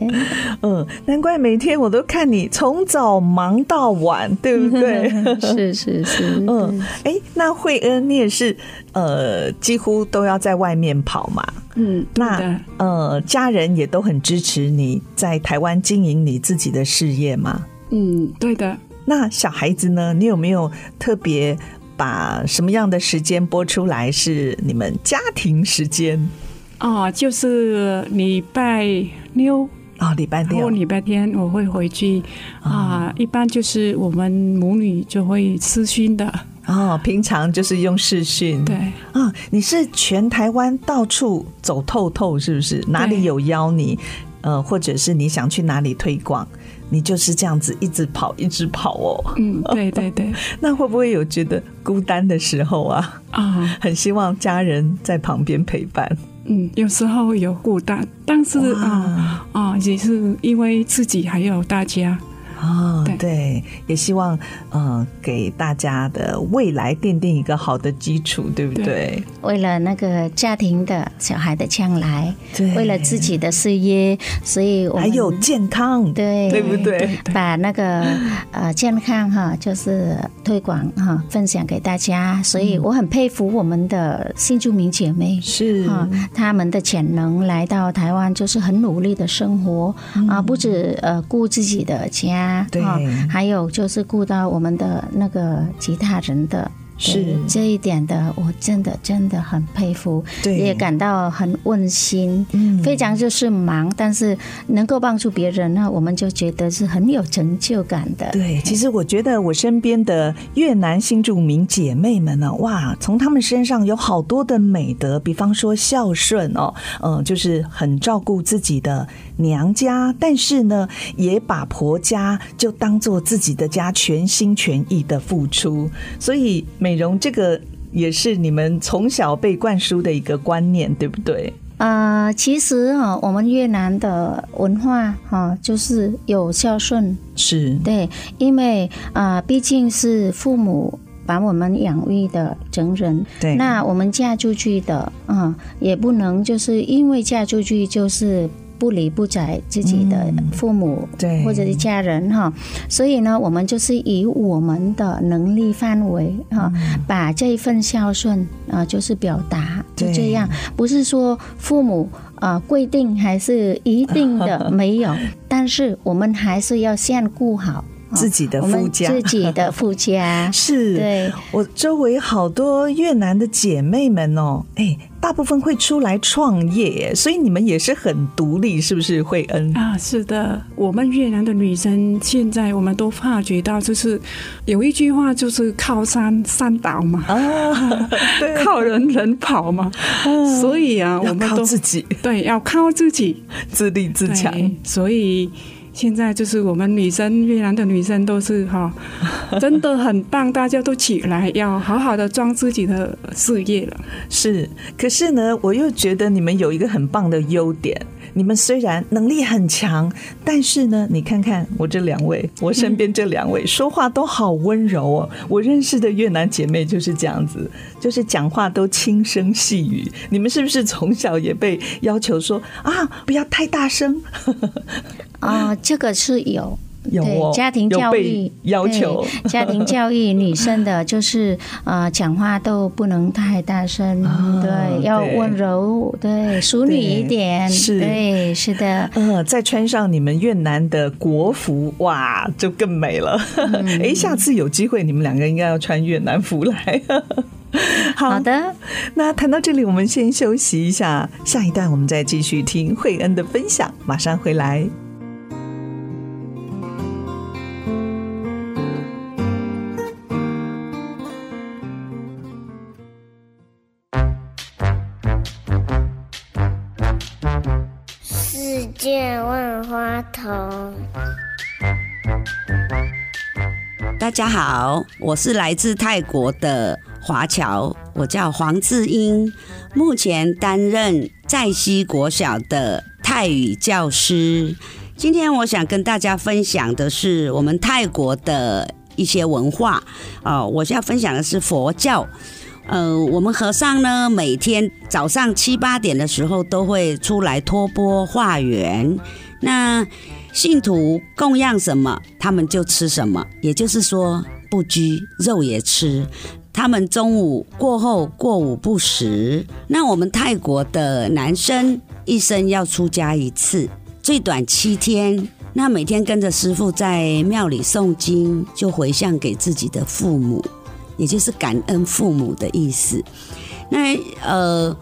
[SPEAKER 2] 嗯，难怪每天我都看你从早忙到晚，对不 对？
[SPEAKER 3] 是是是，
[SPEAKER 2] 嗯，哎，那慧恩，你也是呃，几乎都要在外面跑嘛？
[SPEAKER 5] 嗯，对的
[SPEAKER 2] 那呃，家人也都很支持你在台湾经营你自己的事业嘛？
[SPEAKER 5] 嗯，对的。
[SPEAKER 2] 那小孩子呢？你有没有特别把什么样的时间播出来是你们家庭时间？
[SPEAKER 5] 哦，就是礼拜六
[SPEAKER 2] 哦，礼拜
[SPEAKER 5] 或
[SPEAKER 2] 六
[SPEAKER 5] 礼拜天我会回去啊、一般就是我们母女就会私讯的，
[SPEAKER 2] 哦，平常就是用视讯。
[SPEAKER 5] 对，
[SPEAKER 2] 啊、你是全台湾到处走透透，是不是？哪里有邀你，呃，或者是你想去哪里推广，你就是这样子一直跑，一直跑哦。
[SPEAKER 5] 嗯，对对 对，
[SPEAKER 2] 那会不会有觉得孤单的时候啊？
[SPEAKER 5] 啊、
[SPEAKER 2] 很希望家人在旁边陪伴。
[SPEAKER 5] 嗯，有时候有孤单，但是啊啊、也是因为自己还有大家，
[SPEAKER 2] 哦，
[SPEAKER 5] 对
[SPEAKER 2] 对，也希望呃给大家的未来奠定一个好的基础，对不对？对，
[SPEAKER 3] 为了那个家庭的小孩的将来，为了自己的事业，所以我们
[SPEAKER 2] 还有健康，
[SPEAKER 3] 对
[SPEAKER 2] 对不对？
[SPEAKER 3] 把那 个呃健康哈，就是推广哈，分享给大
[SPEAKER 2] 嗯
[SPEAKER 3] 家。所以我很佩服我们的新住民姐妹。
[SPEAKER 2] 是
[SPEAKER 3] 啊，他们的潜能来到台湾，就是很努力的生活啊，不止呃顾自己的家，
[SPEAKER 2] 嗯对
[SPEAKER 3] 啊还有就是顾到我们的那个其他人的，对
[SPEAKER 2] 是
[SPEAKER 3] 这一点的，我真的真的很佩服，
[SPEAKER 2] 对
[SPEAKER 3] 也感到很温馨，
[SPEAKER 2] 嗯
[SPEAKER 3] 非常就是忙，但是能够帮助别人，那我们就觉得是很有成就感的。
[SPEAKER 2] 对，其实我觉得我身边的越南新住民姐妹们呢、哇，从她们身上有好多的美德，比方说孝顺哦，呃，就是很照顾自己的娘家，但是呢，也把婆家就当做自己的家，全心全意的付出。所以美容这个也是你们从小被灌输的一个观念，对不对？
[SPEAKER 3] 呃，其实哈、我们越南的文化哈、就是有孝顺，
[SPEAKER 2] 是，
[SPEAKER 3] 对，因为啊、呃毕竟是父母把我们养育的成人，
[SPEAKER 2] 对，
[SPEAKER 3] 那我们嫁出去的，嗯，也不能就是因为嫁出去就是不理不睬自己的父母，
[SPEAKER 2] 嗯对
[SPEAKER 3] 或者是家人哈。所以呢，我们就是以我们的能力范围哈，
[SPEAKER 2] 嗯
[SPEAKER 3] 把这一份孝顺啊、呃就是表达，就
[SPEAKER 2] 对
[SPEAKER 3] 这样，不是说父母。啊，规定还是一 定的没有，但是我们还是要先顾好啊
[SPEAKER 2] 自己的
[SPEAKER 3] 我们
[SPEAKER 2] 夫家，
[SPEAKER 3] 自己的夫家
[SPEAKER 2] 是，
[SPEAKER 3] 对，
[SPEAKER 2] 我周围好多越南的姐妹们哦，哎，大部分会出来创业耶，所以你们也是很独立，是不是？嗯慧恩
[SPEAKER 5] 啊，是的，我们越南的女生现在我们都发觉到，就是有一句话就是靠山山倒嘛，
[SPEAKER 2] 啊，对，嗯
[SPEAKER 5] 靠人人跑嘛，所以啊，我
[SPEAKER 2] 要
[SPEAKER 5] 们
[SPEAKER 2] 靠
[SPEAKER 5] 都
[SPEAKER 2] 自己，
[SPEAKER 5] 对要靠自己
[SPEAKER 2] 自立自强。
[SPEAKER 5] 对所以。现在就是我们女生，越南的女生都是哈、真的很棒，大家都起来要好好的装自己的事业了。
[SPEAKER 2] 是，可是呢，我又觉得你们有一个很棒的优点。你们虽然能力很强，但是呢，你看看我这两位，我身边这两位、说话都好温柔哦。我认识的越南姐妹就是这样子，就是讲话都轻声细语。你们是不是从小也被要求说 啊，不要太大声？
[SPEAKER 3] 啊、这个是有。
[SPEAKER 2] 有哦
[SPEAKER 3] 对，家庭
[SPEAKER 2] 有
[SPEAKER 3] 教
[SPEAKER 2] 被
[SPEAKER 3] 育
[SPEAKER 2] 要求，
[SPEAKER 3] 对家庭教育女生的 就是呃，讲话都不能太大声，
[SPEAKER 2] 啊
[SPEAKER 3] 对，要
[SPEAKER 2] 对
[SPEAKER 3] 温柔，对，淑女一点，
[SPEAKER 2] 是
[SPEAKER 3] 对，是的，
[SPEAKER 2] 呃，再穿上你们越南的国服，哇，就更美了。哎、下次有机会，你们两个应该要穿越南服来。好
[SPEAKER 3] 好的。
[SPEAKER 2] 那谈到这里，我们先休息一下，下一段我们再继续听慧恩的分享，马上回来。
[SPEAKER 6] 世界万花筒。
[SPEAKER 7] 大家好，我是来自泰国的华侨，我叫黄志英，目前担任在西国小的泰语教师。今天我想跟大家分享的是我们泰国的一些文化哦、我要分享的是佛教。呃，我们和尚呢，每天早上七八点的时候都会出来托钵化缘。那信徒供养什么，他们就吃什么，也就是说不拘，肉也吃。他们中午过后过午不食。那我们泰国的男生一生要出家一次，最短七天。那每天跟着师傅在庙里诵经，就回向给自己的父母，也就是感恩父母的意思。那呃，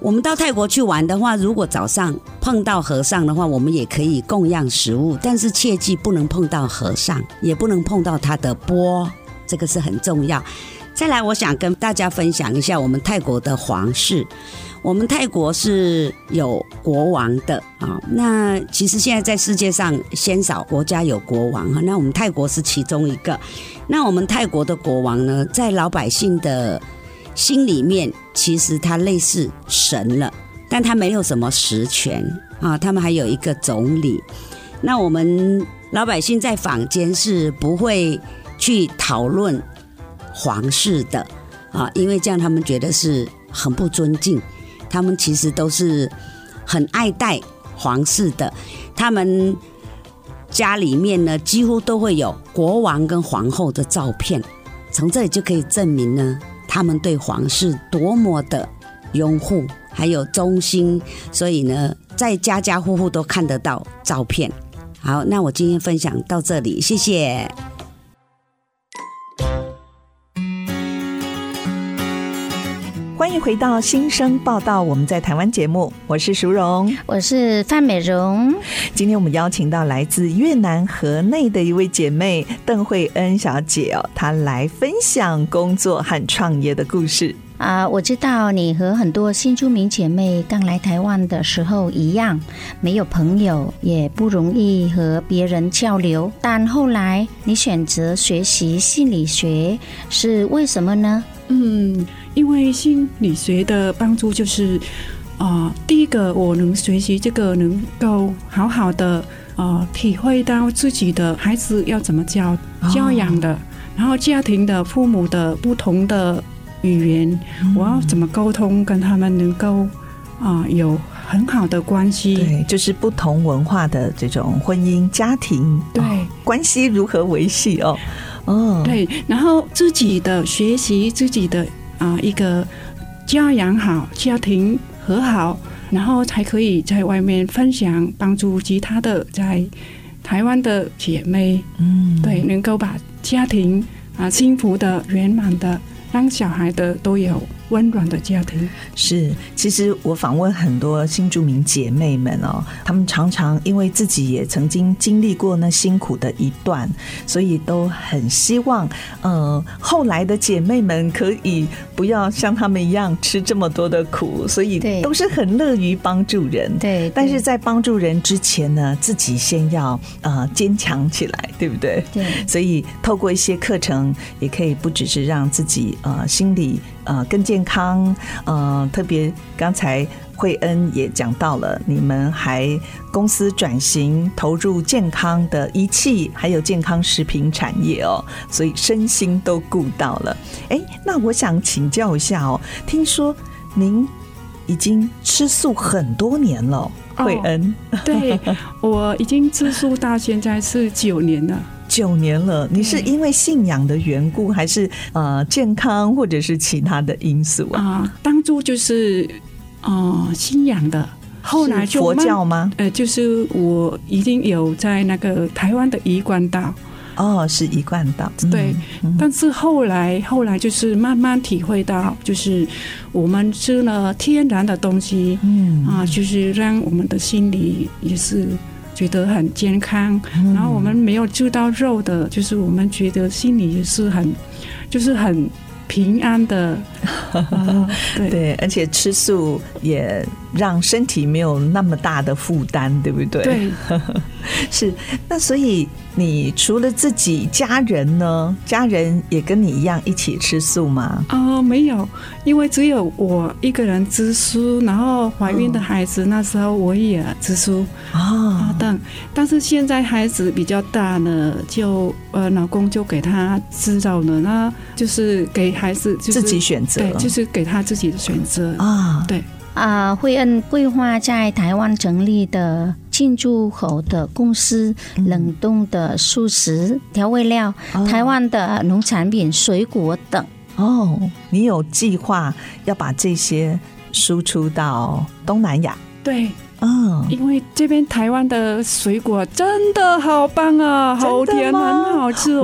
[SPEAKER 7] 我们到泰国去玩的话，如果早上碰到和尚的话，我们也可以供养食物，但是切记不能碰到和尚，也不能碰到他的钵，这个是很重要。再来，我想跟大家分享一下我们泰国的皇室。我们泰国是有国王的啊，那其实现在在世界上鲜少国家有国王哈，那我们泰国是其中一个。那我们泰国的国王呢，在老百姓的心里面，其实他类似神了，但他没有什么实权啊，他们还有一个啊总理。那我们老百姓在坊间是不会去讨论皇室的啊，因为这样他们觉得是很不尊敬。他们其实都是很爱戴皇室的，他们家里面呢几乎都会有国王跟皇后的照片，从这里就可以证明呢，他们对皇室多么的拥护，还有忠心，所以呢，在家家户户都看得到照片。好，那我今天分享到这里，谢谢。
[SPEAKER 2] 欢迎回到新生报道，我们在台湾节目，我是淑荣。
[SPEAKER 3] 我是范美容，
[SPEAKER 2] 今天我们邀请到来自越南河内的一位姐妹邓慧恩小姐哦，她来分享工作和创业的故事。
[SPEAKER 3] 啊、我知道你和很多新住民姐妹刚来台湾的时候一样，没有朋友，也不容易和别人交流。但后来你选择学习心理学，是为什么呢？
[SPEAKER 5] 嗯，因为心理学的帮助就是，呃，第一个我能学习这个，能够好好的呃体会到自己的孩子要怎么教教养的，然后家庭的父母的不同的语言，我要怎么沟通，跟他们能够啊、呃有很好的关系。
[SPEAKER 2] 对，就是不同文化的这种婚姻、家庭
[SPEAKER 5] 对
[SPEAKER 2] 哦关系如何维系哦。哦，
[SPEAKER 5] 对，然后自己的学习，自己的啊、一个家养好，家庭和好，然后才可以在外面分享，帮助其他的在台湾的姐妹，
[SPEAKER 2] 嗯，
[SPEAKER 5] 对，能够把家庭啊、幸福的、圆满的，让小孩的都有温暖的家庭。
[SPEAKER 2] 是，其实我访问很多新住民姐妹们哦，她们常常因为自己也曾经经历过那辛苦的一段，所以都很希望，呃，后来的姐妹们可以不要像她们一样吃这么多的苦，所以
[SPEAKER 3] 对
[SPEAKER 2] 都是很乐于帮助人。
[SPEAKER 3] 对，
[SPEAKER 2] 但是在帮助人之前呢，自己先要呃坚强起来，对不对？
[SPEAKER 3] 对
[SPEAKER 2] 所以透过一些课程，也可以不只是让自己呃心理呃更健康，呃，特别刚才慧恩也讲到了，你们还公司转型投入健康的仪器，还有健康食品产业哦，所以身心都顾到了。哎，那我想请教一下哦，听说您已经吃素很多年了，
[SPEAKER 5] 哦
[SPEAKER 2] 慧恩
[SPEAKER 5] 对我已经自述到现在是九年了。
[SPEAKER 2] 九年了，你
[SPEAKER 5] 嗯
[SPEAKER 2] 是因为信仰的缘故，还是呃健康或者是其他的因素啊？
[SPEAKER 5] 啊、当初就是哦、呃信仰的，啊后来
[SPEAKER 2] 是
[SPEAKER 5] 就
[SPEAKER 2] 佛
[SPEAKER 5] 慢
[SPEAKER 2] 教吗？
[SPEAKER 5] 呃，就是我已经有在那个台湾的渔光岛，
[SPEAKER 2] 哦，是一贯道。嗯
[SPEAKER 5] 对，
[SPEAKER 2] 嗯
[SPEAKER 5] 但是后来后来就是慢慢体会到，就是我们吃了天然的东西
[SPEAKER 2] 嗯
[SPEAKER 5] 啊、就是让我们的心里也是觉得很健康。然后我们没有吃到肉的，就是我们觉得心里也是很，就是很平安的。啊对
[SPEAKER 2] 对，而且吃素也让身体没有那么大的负担，对不对？，
[SPEAKER 5] 对，
[SPEAKER 2] 是。那所以你除了自己，家人呢？家人也跟你一样一起吃素吗？
[SPEAKER 5] 啊、没有，因为只有我一个人支书，然后怀孕的孩子、那时候我也支书啊
[SPEAKER 2] 啊，，
[SPEAKER 5] 但但是现在孩子比较大了，就呃老公就给他知道了，那就是给孩子、就是、
[SPEAKER 2] 自己选择
[SPEAKER 5] 对，
[SPEAKER 2] 了
[SPEAKER 5] 就是给他自己的选择。
[SPEAKER 2] 啊，
[SPEAKER 5] 对，
[SPEAKER 3] 啊、惠恩规划在台湾成立的进出口的公司，冷冻的素食、调味料、
[SPEAKER 2] 哦
[SPEAKER 3] 台湾的农产品、水果等。
[SPEAKER 2] 哦，你有计划要把这些输出到东南亚？
[SPEAKER 5] 对，
[SPEAKER 2] 嗯，
[SPEAKER 5] 因为这边台湾的水果真的好棒啊，好
[SPEAKER 2] 真的
[SPEAKER 5] 甜，
[SPEAKER 2] 吗
[SPEAKER 5] 很好吃哦。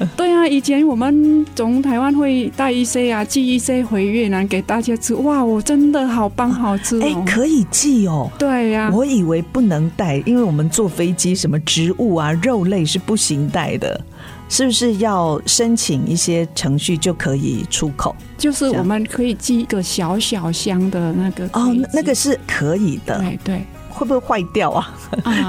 [SPEAKER 2] 哦，
[SPEAKER 5] 对啊，以前我们从台湾会带一些啊，寄一些回越南给大家吃。哇，我真的好棒，好吃
[SPEAKER 2] 哎、
[SPEAKER 5] 哦。啊
[SPEAKER 2] 可以寄哦。
[SPEAKER 5] 对呀、
[SPEAKER 2] 我以为不能带，因为我们坐飞机，什么植物啊、肉类是不行带的，是不是要申请一些程序就可以出口？
[SPEAKER 5] 就是我们可以寄一个小小箱的那个
[SPEAKER 2] 哦，那那个
[SPEAKER 5] 是
[SPEAKER 2] 是可以的，
[SPEAKER 5] 对对
[SPEAKER 2] 会不会坏掉啊？
[SPEAKER 5] 啊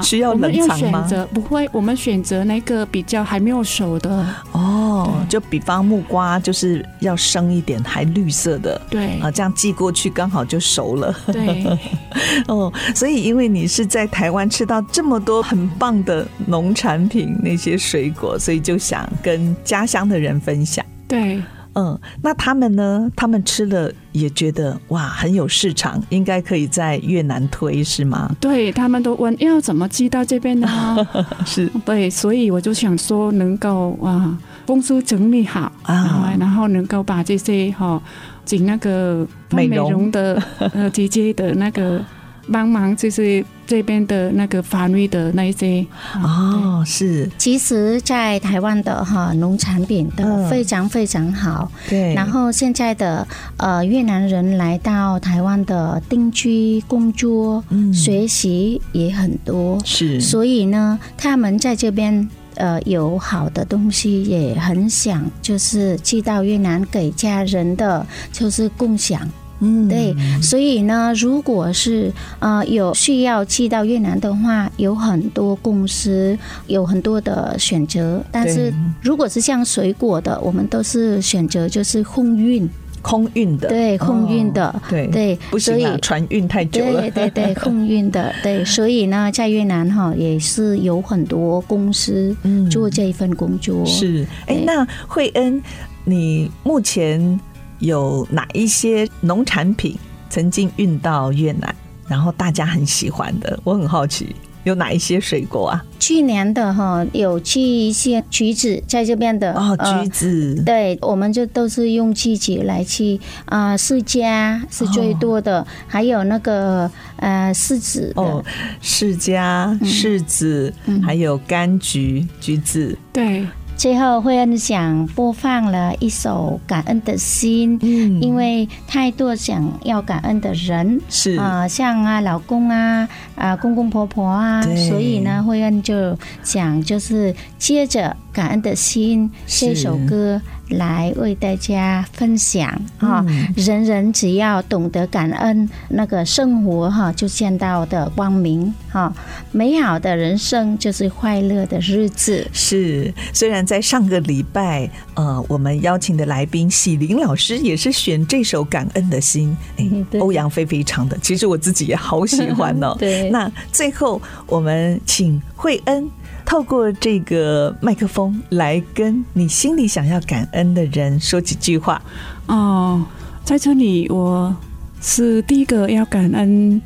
[SPEAKER 2] 需要冷藏吗
[SPEAKER 5] 我们要选择不会，我们选择那个比较还没有熟的，
[SPEAKER 2] 哦，
[SPEAKER 5] 对
[SPEAKER 2] 就比方木瓜就是要生一点，还绿色的
[SPEAKER 5] 对
[SPEAKER 2] 啊，这样寄过去刚好就熟了。
[SPEAKER 5] 对
[SPEAKER 2] 哦，所以因为你是在台湾吃到这么多很棒的农产品，那些水果，所以就想跟家乡的人分享。
[SPEAKER 5] 对。
[SPEAKER 2] 嗯，那他们呢？他们吃了也觉得哇，很有市场，应该可以在越南推，是吗？
[SPEAKER 5] 对他们都问要怎么寄到这边呢？
[SPEAKER 2] 是
[SPEAKER 5] 对，所以我就想说，能够啊，公司整理好
[SPEAKER 2] 啊
[SPEAKER 5] 然后能够把这些哈、请那个
[SPEAKER 2] 美
[SPEAKER 5] 美
[SPEAKER 2] 容
[SPEAKER 5] 容 的呃姐姐的那个帮忙，就是这边的那个法律的那一些啊
[SPEAKER 2] 哦，是
[SPEAKER 3] 其实，在台湾的哈农产品
[SPEAKER 2] 嗯
[SPEAKER 3] 的非常非常好。
[SPEAKER 2] 对，
[SPEAKER 3] 然后现在的呃越南人来到台湾的定居、工作、
[SPEAKER 2] 嗯
[SPEAKER 3] 学习也很多。
[SPEAKER 2] 是
[SPEAKER 3] 所以呢，他们在这边呃有好的东西，也很想就是寄到越南给家人的，就是共享。
[SPEAKER 2] 嗯
[SPEAKER 3] 对，所以呢，如果是呃有需要寄到越南的话，有很多公司有很多的选择，但是
[SPEAKER 2] 对
[SPEAKER 3] 如果是像水果的，我们都是选择就是空运，
[SPEAKER 2] 空运的，
[SPEAKER 3] 对，空运的。
[SPEAKER 2] 哦对，
[SPEAKER 3] 对，
[SPEAKER 2] 不
[SPEAKER 3] 所
[SPEAKER 2] 行
[SPEAKER 3] 以
[SPEAKER 2] 啊，船运太久了，
[SPEAKER 3] 对对 对，空运的，对，所以呢，在越南哈也是有很多公司
[SPEAKER 2] 嗯
[SPEAKER 3] 做这一份工作。
[SPEAKER 2] 是，哎、
[SPEAKER 3] 对
[SPEAKER 2] 那慧恩，你目前有哪一些农产品曾经运到越南，然后大家很喜欢的？我很好奇，有哪一些水果啊？
[SPEAKER 3] 去年的哈有寄一些橘子，在这边的
[SPEAKER 2] 哦，
[SPEAKER 3] 呃
[SPEAKER 2] 橘子，
[SPEAKER 3] 对，我们就都是用自己来去啊、呃释迦是最多的，还有那个呃柿子的，
[SPEAKER 2] 哦，嗯释迦、柿子，还有柑橘、橘子，
[SPEAKER 5] 对
[SPEAKER 3] 最后慧恩想播放了一首《感恩的心》，
[SPEAKER 2] 嗯
[SPEAKER 3] 因为太多想要感恩的人，
[SPEAKER 2] 是
[SPEAKER 3] 啊、像啊老公啊啊、公公婆婆啊
[SPEAKER 2] 对，
[SPEAKER 3] 所以呢，慧恩就想就是接着《感恩的心》这
[SPEAKER 2] 是
[SPEAKER 3] 首歌来为大家分享啊、
[SPEAKER 2] 嗯
[SPEAKER 3] 人人只要懂得感恩，那个生活哈、就见到的光明哈、美好的人生就是快乐的日子。
[SPEAKER 2] 是，虽然在上个礼拜，呃，我们邀请的来宾喜林老师也是选这首《感恩的心》，
[SPEAKER 3] 嗯
[SPEAKER 2] 哎，
[SPEAKER 3] 对。
[SPEAKER 2] 欧阳菲菲唱的，其实我自己也好喜欢 哦
[SPEAKER 3] 对
[SPEAKER 2] 那最后我们请慧恩透过这个麦克风来跟你心里想要感恩的人说几句话。
[SPEAKER 5] 哦，在这里我是第一个要感恩，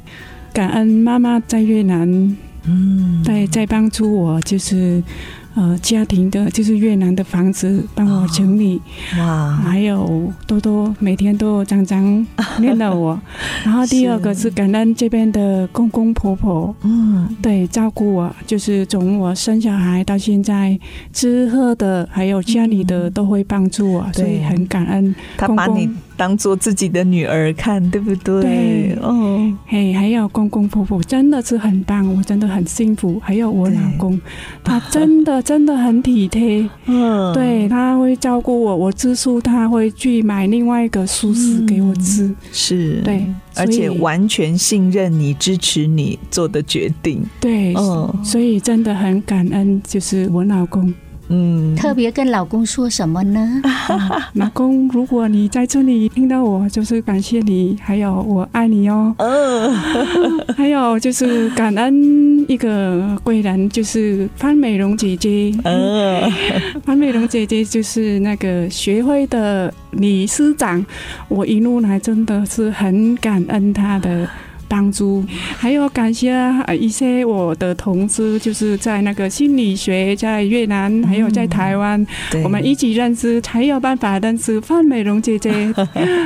[SPEAKER 5] 感恩妈妈在越南，嗯，在在帮助我，就是呃家庭的，就是越南的房子帮我整理，
[SPEAKER 2] 哇，
[SPEAKER 5] 还有多多每天都常常念叨我。然后第二个是感恩这边的公公婆婆，
[SPEAKER 2] 嗯，
[SPEAKER 5] 对照顾我，就是从我生小孩到现在，吃喝的还有家里的都会帮助我，所以
[SPEAKER 2] 对
[SPEAKER 5] 很感恩。
[SPEAKER 2] 他把
[SPEAKER 5] 公公
[SPEAKER 2] 你当做自己的女儿看，对不对？
[SPEAKER 5] 对
[SPEAKER 2] 哦，
[SPEAKER 5] 嘿，还有公公婆婆真的是很棒，我真的很幸福。还有我
[SPEAKER 2] 对
[SPEAKER 5] 老 公，他真的真的很体贴，
[SPEAKER 2] 嗯，
[SPEAKER 5] 对，他会照顾我，我吃素他会去买另外一个素食给我吃，
[SPEAKER 2] 是，
[SPEAKER 5] 对，
[SPEAKER 2] 嗯而
[SPEAKER 5] 所以
[SPEAKER 2] 且完全信任你、支持你做的决定。
[SPEAKER 5] 对，
[SPEAKER 2] 嗯
[SPEAKER 5] 所以真的很感恩，就是我老公。
[SPEAKER 2] 嗯，
[SPEAKER 3] 特别跟老公说什么呢？
[SPEAKER 5] 老公，如果你在这里听到我，就是感谢你，还有我爱你哦。
[SPEAKER 2] 嗯
[SPEAKER 5] 还有就是感恩一个贵人，就是潘美容姐姐。
[SPEAKER 2] 嗯，
[SPEAKER 5] 潘美容姐姐就是那个学会的理事长，我一路来真的是很感恩她的。帮助，还有感谢呃一些我的同事，就是在那个心理学，在越南，还有在台湾，
[SPEAKER 2] 嗯对，
[SPEAKER 5] 我们一起认识，才有办法认识范美容姐姐。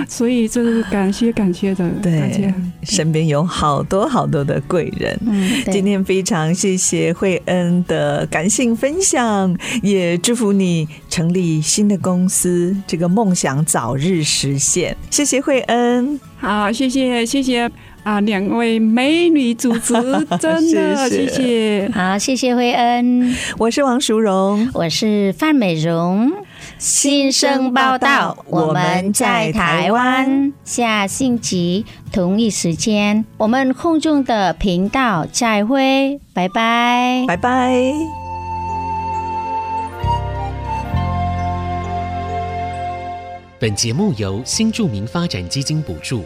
[SPEAKER 5] 所以这是感谢感谢的
[SPEAKER 2] 对
[SPEAKER 5] 大家。
[SPEAKER 2] 身边有好多好多的贵人。
[SPEAKER 3] 嗯，对
[SPEAKER 2] 今天非常谢谢慧恩的感性分享，也祝福你成立新的公司，这个梦想早日实现。谢谢慧恩，
[SPEAKER 5] 好，谢谢谢谢啊，两位美女主 持，真
[SPEAKER 2] 谢谢
[SPEAKER 5] 的谢谢。
[SPEAKER 3] 好，谢谢慧恩，
[SPEAKER 2] 我是王淑荣，
[SPEAKER 3] 我是范美容，新生报道，我们在台湾，下星期同一时间，我们空中的频道再会，拜拜。
[SPEAKER 2] 拜拜。
[SPEAKER 8] 本节目由新住民发展基金补助，